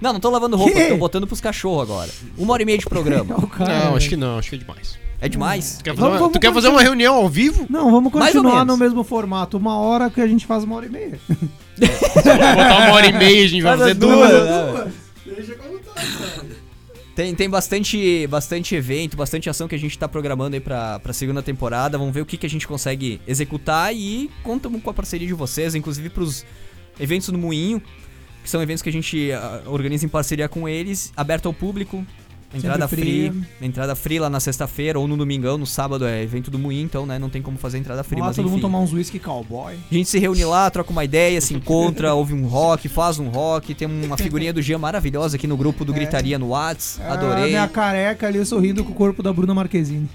Não, não tô lavando roupa, Que? tô botando pros cachorros agora. Uma hora e meia de programa. O cara- Não, acho que não, acho que é demais. É demais? Tu quer fazer, Vamos- uma, vamos um. tu quer fazer uma reunião ao vivo? Não, vamos Mais ou continuar menos. no mesmo formato. Uma hora que a gente faz uma hora e meia. Botar uma hora e meia, a gente vai fazer duas. Tem, tem bastante, bastante evento, bastante ação que a gente tá programando aí pra, pra segunda temporada. Vamos ver o que, que a gente consegue executar e contamos com a parceria de vocês, inclusive pros eventos no Moinho, que são eventos que a gente ah, organiza em parceria com eles, aberto ao público. Entrada Sempre free. Entrada free lá na sexta-feira ou no domingão, no sábado é evento do Moinho, então, né? Não tem como fazer entrada free, Vamos lá mas todo mundo enfim. tomar um uns whisky cowboy. A gente se reúne lá, troca uma ideia, se encontra, ouve um rock, faz um rock. Tem uma figurinha do Jean maravilhosa aqui no grupo do Gritaria no Whats. A Adorei. É. Ah, minha careca ali sorrindo com o corpo da Bruna Marquezine.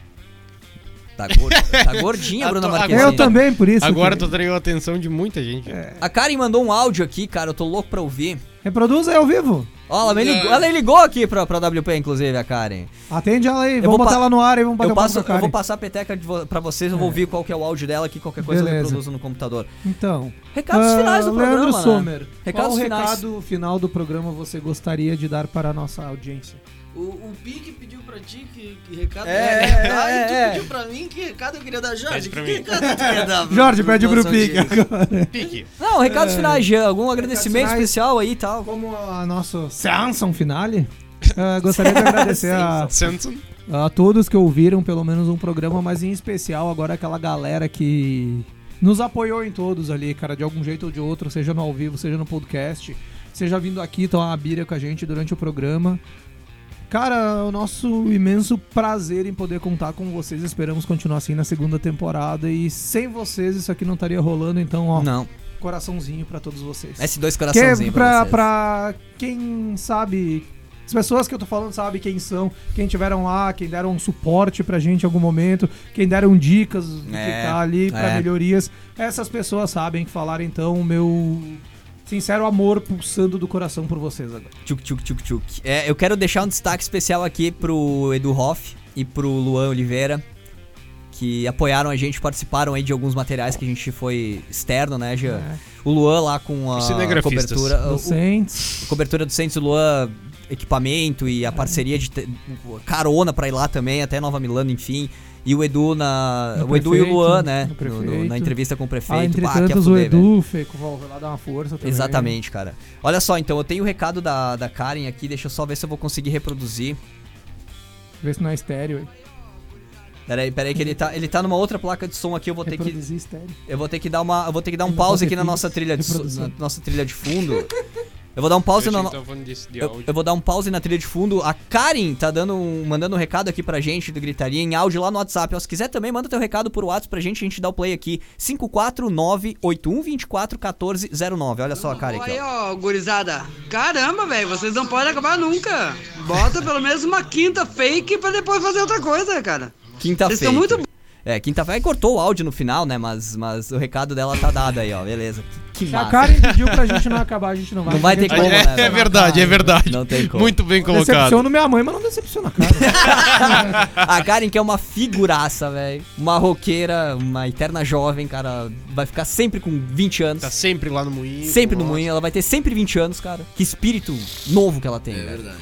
Tá, gorda, tá gordinha a Bruna Agora- Marquezine. Eu também, por isso. Agora que- tu atraiu a atenção de muita gente. É. A Karen mandou um áudio aqui, cara, eu tô louco pra ouvir. Reproduz aí ao vivo. Ó, ela, me ligou, ela ligou aqui pra, pra WP, inclusive, a Karen. Atende ela aí. Eu Vamos vou botar pa- ela no ar e vamos bater Eu, o papo passo, com a Karen. eu vou passar a peteca de vo- pra vocês, eu vou ouvir qual que é o áudio dela aqui, qualquer coisa eu Beleza. reproduzo no computador. Então. Recados ah, finais do Leandro programa, né? Sommer, Recados qual o finais. recado final do programa você gostaria de dar para a nossa audiência? O, o Pique pediu pra ti que, que recado É, é, é, dar, e tu é. pediu pra mim que recado eu queria dar, Jorge. Que pra mim. recado tu queria dar? pro- Jorge, pede pro nossa Pique audiência? Pique. Não, recados finais, Jean, algum agradecimento É. finais. especial aí e tal. Como a nossa Samson finale, ah, gostaria de agradecer a, Samson. a todos que ouviram pelo menos um programa, mas em especial agora aquela galera que nos apoiou em todos ali, cara, de algum jeito ou de outro, seja no ao vivo, seja no podcast, seja vindo aqui tomar uma birra com a gente durante o programa. Cara, é o nosso imenso prazer em poder contar com vocês. Esperamos continuar assim na segunda temporada e sem vocês isso aqui não estaria rolando, então, ó, Não, coraçãozinho pra todos vocês. S2 Que é coraçãozinho pra, pra, vocês. pra quem sabe. As pessoas que eu tô falando sabem quem são, quem tiveram lá, quem deram um suporte pra gente em algum momento, quem deram dicas do que É, tá ali pra é. melhorias. Essas pessoas sabem que falaram, então, o meu sincero amor pulsando do coração por vocês agora. Tchuk, tchuk, tchuk, tchuk. É, eu quero deixar um destaque especial aqui pro Edu Hoff e pro Luan Oliveira, que apoiaram a gente, participaram aí de alguns materiais que a gente foi externo, né, Jean? É. O Luan lá com Os a cinegrafistas. cobertura. o- Docentes. cobertura do Santos Luan, equipamento e É. a parceria de te- carona pra ir lá também, até Nova Milano, enfim. E o Edu na. No o Edu e o prefeito, Luan, né? no no- no- na prefeito. entrevista com o Ah, prefeito. é entre Bah, que tantos, o fuder, velho. Edu, Feco, vai lá dar uma força também. Exatamente, cara. Olha só, então, eu tenho o recado da, da Karen aqui, deixa eu só ver se eu vou conseguir reproduzir. Vê se não é estéreo. hein? Peraí, peraí, que ele tá, ele tá numa outra placa de som aqui, eu vou ter que. Reproduzir estéreo. Eu vou ter que dar uma. Eu vou ter que dar um Ele vai pause fazer aqui na pix, nossa trilha de, so- reprodução. na nossa trilha de fundo. Eu vou dar um pause na, então no- Eu, eu vou dar um pause na trilha de fundo. A Karen tá dando um, mandando um recado aqui pra gente do Gritaria em áudio lá no WhatsApp. Ó, se quiser também, manda teu recado por WhatsApp pra gente, a gente dá o play aqui. 549-8124-1409. Olha só a Karen aqui, Aí, ó. ó, gurizada. Caramba, velho, vocês não podem acabar nunca. Bota pelo menos uma quinta fake pra depois fazer outra coisa, cara. Quinta-feira. Vocês estão muito- É, quinta-feira Aí cortou o áudio no final, né? Mas, mas o recado dela tá dado aí, ó. Beleza. Que Se a massa. Karen pediu pra gente não acabar, a gente não vai. Não vai ter A como, gente é né, É, é velho? verdade, é verdade. Não tem como. Muito bem colocado. Decepciona minha mãe, mas não decepciona a cara. A Karen que é uma figuraça, velho. Uma roqueira, uma eterna jovem, cara. Vai ficar sempre com 20 anos. Tá sempre lá no moinho. Sempre no assim, nossa. moinho, ela vai ter sempre 20 anos, cara. Que espírito novo que ela tem, É velho. verdade.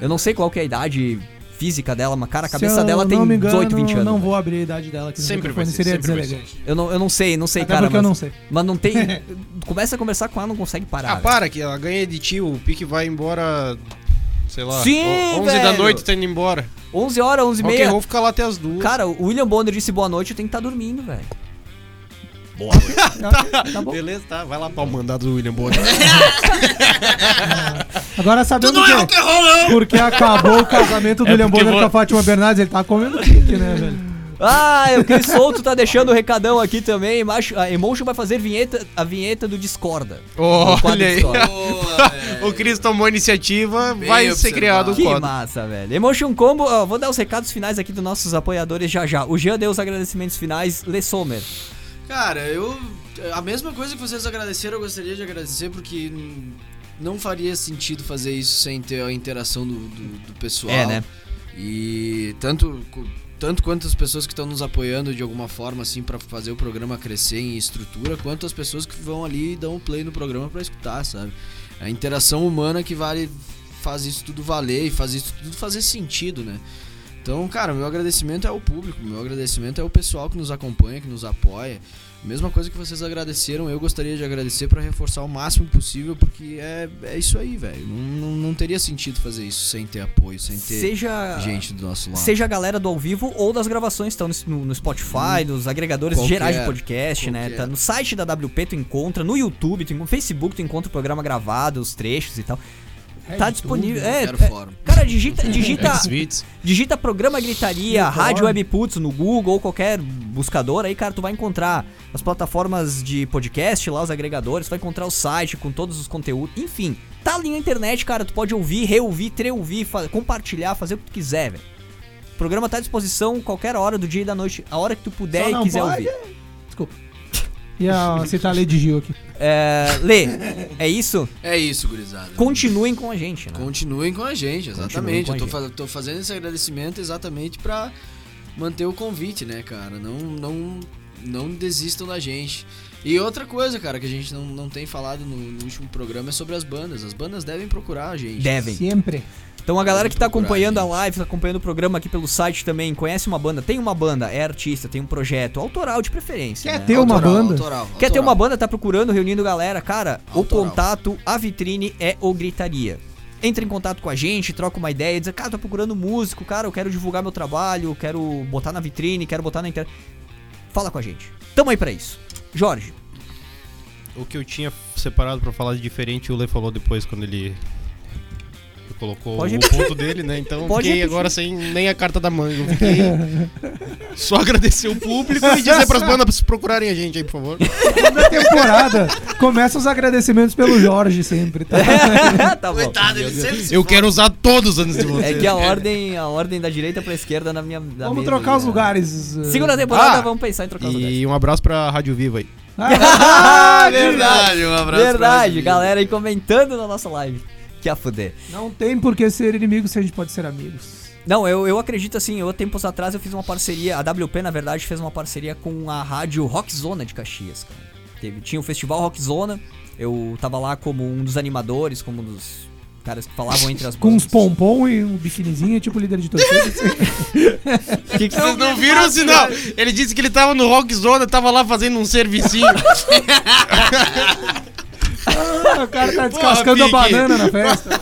Eu não sei qual que é a idade física dela, mas cara, a Se cabeça eu dela tem não me engano, 18, 20 anos. Não velho. vou abrir a idade dela aqui no Sempre microfone, vai ser, seria sempre vai deselegante. Eu não, eu não sei, não sei, Até cara. porque Mas, eu não sei. mas não tem. começa a conversar com ela, não consegue parar. Ah, velho. para que ela ganha de ti, o Pique vai embora, sei lá, Sim, o- 11 da velho. noite tá indo embora. 11 horas, 11 e Ok, meia. vou ficar lá até as duas. Cara, o William Bonner disse boa noite, eu tenho que estar dormindo, velho. Beleza, tá, vai lá pra mandar do William Bonner. Agora sabendo que, porque acabou o casamento do É William porque Bonner vou- com a Fátima Bernardes, ele tá comendo pique, né, velho? Ah, o Cris Souto tá deixando o recadão aqui também. Macho- A Emotion vai fazer vinheta, a vinheta do Discorda. O quadro Olha aí, Discorda. Boa, velho. o Cris tomou a iniciativa, Bem vai ser observado. criado o Que código. massa, velho. Emotion Combo, ó, vou dar os recados finais aqui dos nossos apoiadores já já. O Jean deu os agradecimentos finais, Lê Sommer. Cara, eu. A mesma coisa que vocês agradeceram, eu gostaria de agradecer, porque hum, não faria sentido fazer isso sem ter a interação do, do- do pessoal. É, né? E tanto, co- tanto quanto as pessoas que estão nos apoiando de alguma forma, assim, pra fazer o programa crescer em estrutura, quanto as pessoas que vão ali e dão um play no programa pra escutar, sabe? A interação humana que vale. faz isso tudo valer e faz isso tudo fazer sentido, né? Então, cara, meu agradecimento é ao público, meu agradecimento é ao pessoal que nos acompanha, que nos apoia. Mesma coisa que vocês agradeceram, eu gostaria de agradecer pra reforçar o máximo possível, porque é, é isso aí, velho. Não, não, não teria sentido fazer isso sem ter apoio, sem ter Seja. gente do nosso lado. Seja a galera do ao vivo ou das gravações, estão no, no Spotify, nos agregadores Hum. Qualquer, gerais de podcast, né? qualquer. Tá no site da WP, tu encontra, no YouTube, tu encontra, no Facebook, tu encontra o programa gravado, os trechos e tal. Tá disponível. É, Quero é- fórum. cara, digita, É digita, Tweets. digita programa gritaria, rádio webputs no Google ou qualquer buscador aí, cara, tu vai encontrar as plataformas de podcast lá, os agregadores, tu vai encontrar o site com todos os conteúdos, enfim. Tá ali na internet, cara, tu pode ouvir, reouvir, treouvir, fa- compartilhar, fazer o que tu quiser, velho. O programa tá à disposição qualquer hora do dia e da noite, a hora que tu puder Só e não quiser pode ouvir. E a citar a Lady Gil aqui. É, Lê, é isso? É isso, gurizada. Continuem com a gente, né? Continuem com a gente, exatamente. com a Eu tô, gente. fa- tô fazendo esse agradecimento exatamente pra manter o convite, né, cara? Não, não, não desistam da gente. E outra coisa, cara, que a gente não, não tem falado no, no último programa é sobre as bandas. As bandas devem procurar a gente. Devem. Sempre. Então a galera que tá Procurar, acompanhando a gente. live, tá acompanhando o programa aqui pelo site também, conhece uma banda, tem uma banda, é artista, tem um projeto, autoral de preferência. Quer né? ter uma Autoral, banda? autoral, Quer ter autoral. uma banda, tá procurando, reunindo galera, cara, o Autoral. contato, a vitrine é o Gritaria. Entra em contato com a gente, troca uma ideia, diz, cara, tô procurando músico, cara, eu quero divulgar meu trabalho, quero botar na vitrine, quero botar na internet. Fala com a gente. Tamo aí pra isso. Jorge, O que eu tinha separado pra falar de diferente, o Lê falou depois quando ele colocou Pode o repetir. ponto dele, né? Então Pode fiquei repetir. agora sem nem a carta da manga. Eu fiquei só agradecer o público e dizer pras bandas procurarem a gente aí, por favor. Segunda temporada. Começa os agradecimentos pelo Jorge sempre, tá? tá bom. Coitado, ele sempre se Eu quero usar todos antes de você. É que a ordem, a ordem da direita pra esquerda na minha. da Vamos mesa trocar aí, os né? lugares. eh. Segunda temporada, Ah, vamos pensar em trocar os lugares. E um abraço pra Rádio Viva aí. Ah, Verdade, um abraço. Verdade, pra galera aí comentando na nossa live. Que a fuder. Não tem por que ser inimigo se a gente pode ser amigos. Não, eu, eu acredito assim, eu há tempos atrás eu fiz uma parceria, a WP na verdade fez uma parceria com a rádio Rock Zona de Caxias, cara. Teve, tinha o festival Rock Zona, eu tava lá como um dos animadores, como um dos caras que falavam entre as Com uns bandas. pompom e um biquinizinho, tipo líder de torcida. Que que Vocês não viram o sinal? Ele disse que ele tava no Rock Zona, tava lá fazendo um servicinho. o cara tá descascando Porra, a Pique. banana na festa.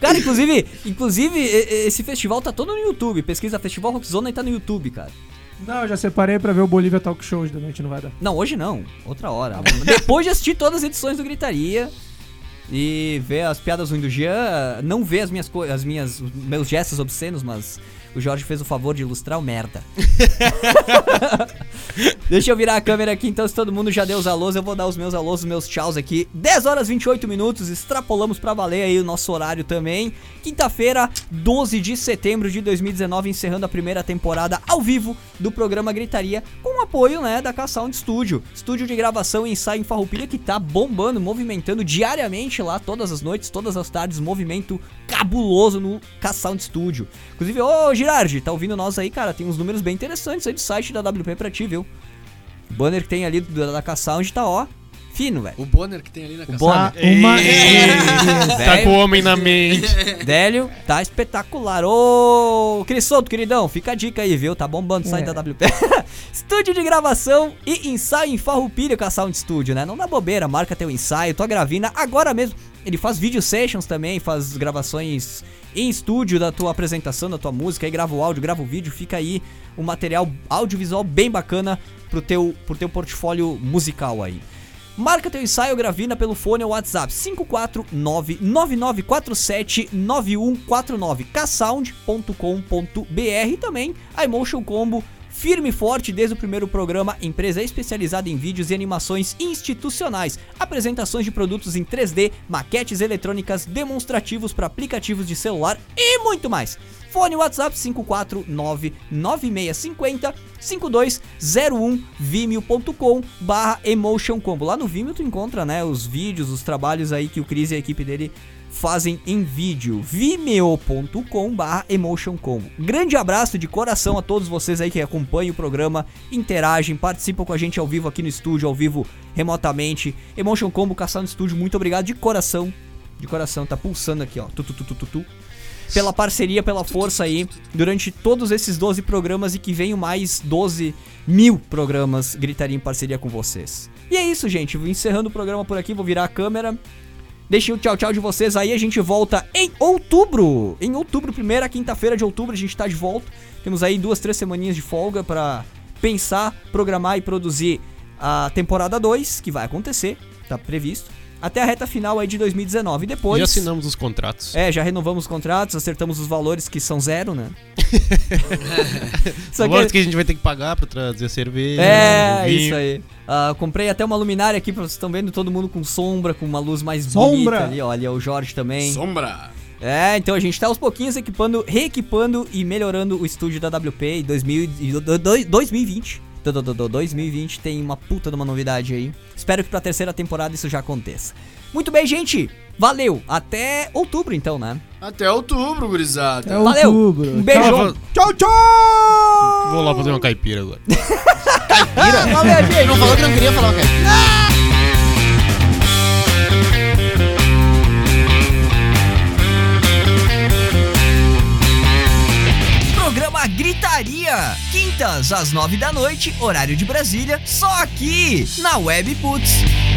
Cara, inclusive, inclusive, e- e- esse festival tá todo no YouTube. Pesquisa Festival Rock Zona e tá no YouTube, cara. Não, eu já separei pra ver o Bolívia Talk Show hoje da noite, não vai dar. Não, hoje não. Outra hora. Depois de assistir todas as edições do Gritaria e ver as piadas ruins do Jean, não ver as minhas co- as minhas os meus gestos obscenos, mas o Jorge fez o favor de ilustrar o merda. Deixa eu virar a câmera aqui, então se todo mundo já deu os alôs, eu vou dar os meus alôs, os meus tchauz aqui. 10 horas 28 minutos, extrapolamos pra valer aí o nosso horário também. Quinta-feira, 12 de setembro de 2019, encerrando a primeira temporada ao vivo do programa Gritaria, com o apoio, né, da K-Sound Studio. Estúdio de gravação e ensaio em Farroupilha que tá bombando, movimentando diariamente lá, todas as noites, todas as tardes, movimento cabuloso no K-Sound Studio. Inclusive, ô Girardi, tá ouvindo nós aí, cara? Tem uns números bem interessantes aí do site da WP pra ti, viu? O banner que tem ali do- da K-Sound tá, ó, fino, velho. O Bonner que tem ali na O casa. banner. Uma. tá com o homem na mente. Délio, tá espetacular. Ô, Cris Soto, queridão, fica a dica aí, viu? Tá bombando o site da WP. Estúdio de gravação e ensaio em Farroupilha com a Sound Studio, né? Não dá bobeira, marca teu ensaio, tua gravina agora mesmo. Ele faz video sessions também, faz gravações em estúdio da tua apresentação, da tua música, aí grava o áudio, grava o vídeo, fica aí um material audiovisual bem bacana pro teu, pro teu portfólio musical aí. Marca teu ensaio Gravina pelo fone ou WhatsApp 549-9947-9149 ksound.com.br e também a Emotion Combo firme e forte desde o primeiro programa empresa especializada em vídeos e animações institucionais apresentações de produtos em 3D maquetes eletrônicas demonstrativos para aplicativos de celular e muito mais Fone WhatsApp 549-9650-5201 vimeo.com barra Emotion Combo. Lá no Vimeo tu encontra né, os vídeos, os trabalhos aí que o Cris e a equipe dele fazem em vídeo. vimeo.com barra Emotion Combo. Grande abraço de coração a todos vocês aí que acompanham o programa, interagem, participam com a gente ao vivo aqui no estúdio, ao vivo remotamente. Emotion Combo, Caçando Estúdio, muito obrigado de coração. De coração, tá pulsando aqui, ó. Tu, tu, tu, tu, tu, tu pela parceria, pela força aí durante todos esses 12 programas e que venham mais 12 mil programas gritaria em parceria com vocês. E é isso, gente. Vou encerrando o programa por aqui, vou virar a câmera. Deixem o tchau tchau de vocês aí, a gente volta em outubro. Em outubro, primeira quinta-feira de outubro, a gente tá de volta. Temos aí duas, três semaninhas de folga pra pensar, programar e produzir a temporada 2, que vai acontecer, tá previsto. até a reta final aí de 2019. E depois. Já assinamos os contratos. É, já renovamos os contratos, acertamos os valores que são zero, né? Só Agora que... a gente vai ter que pagar pra trazer cerveja. um É, vinho. isso aí. Ah, comprei até uma luminária aqui, pra vocês estão vendo todo mundo com sombra, com uma luz mais bonita Sombra! ali, ó. Ali é o Jorge também. Sombra! É, então a gente tá aos pouquinhos equipando, reequipando e melhorando o estúdio da WP em 2000 e do- do- do- 2020. Do- do- do- do- 2020 tem uma puta de uma novidade aí. Espero que pra terceira temporada isso já aconteça. Muito bem, gente. Valeu. Até outubro, então, né? Até outubro, gurizada. É Valeu. outubro. Um beijão. Tchau, tchau. Vou lá fazer uma caipira agora. Valeu, gente. Não falou que não queria falar, cara. Programa Gritaria. Quintas às nove da noite, horário de Brasília, só aqui na Web Putz.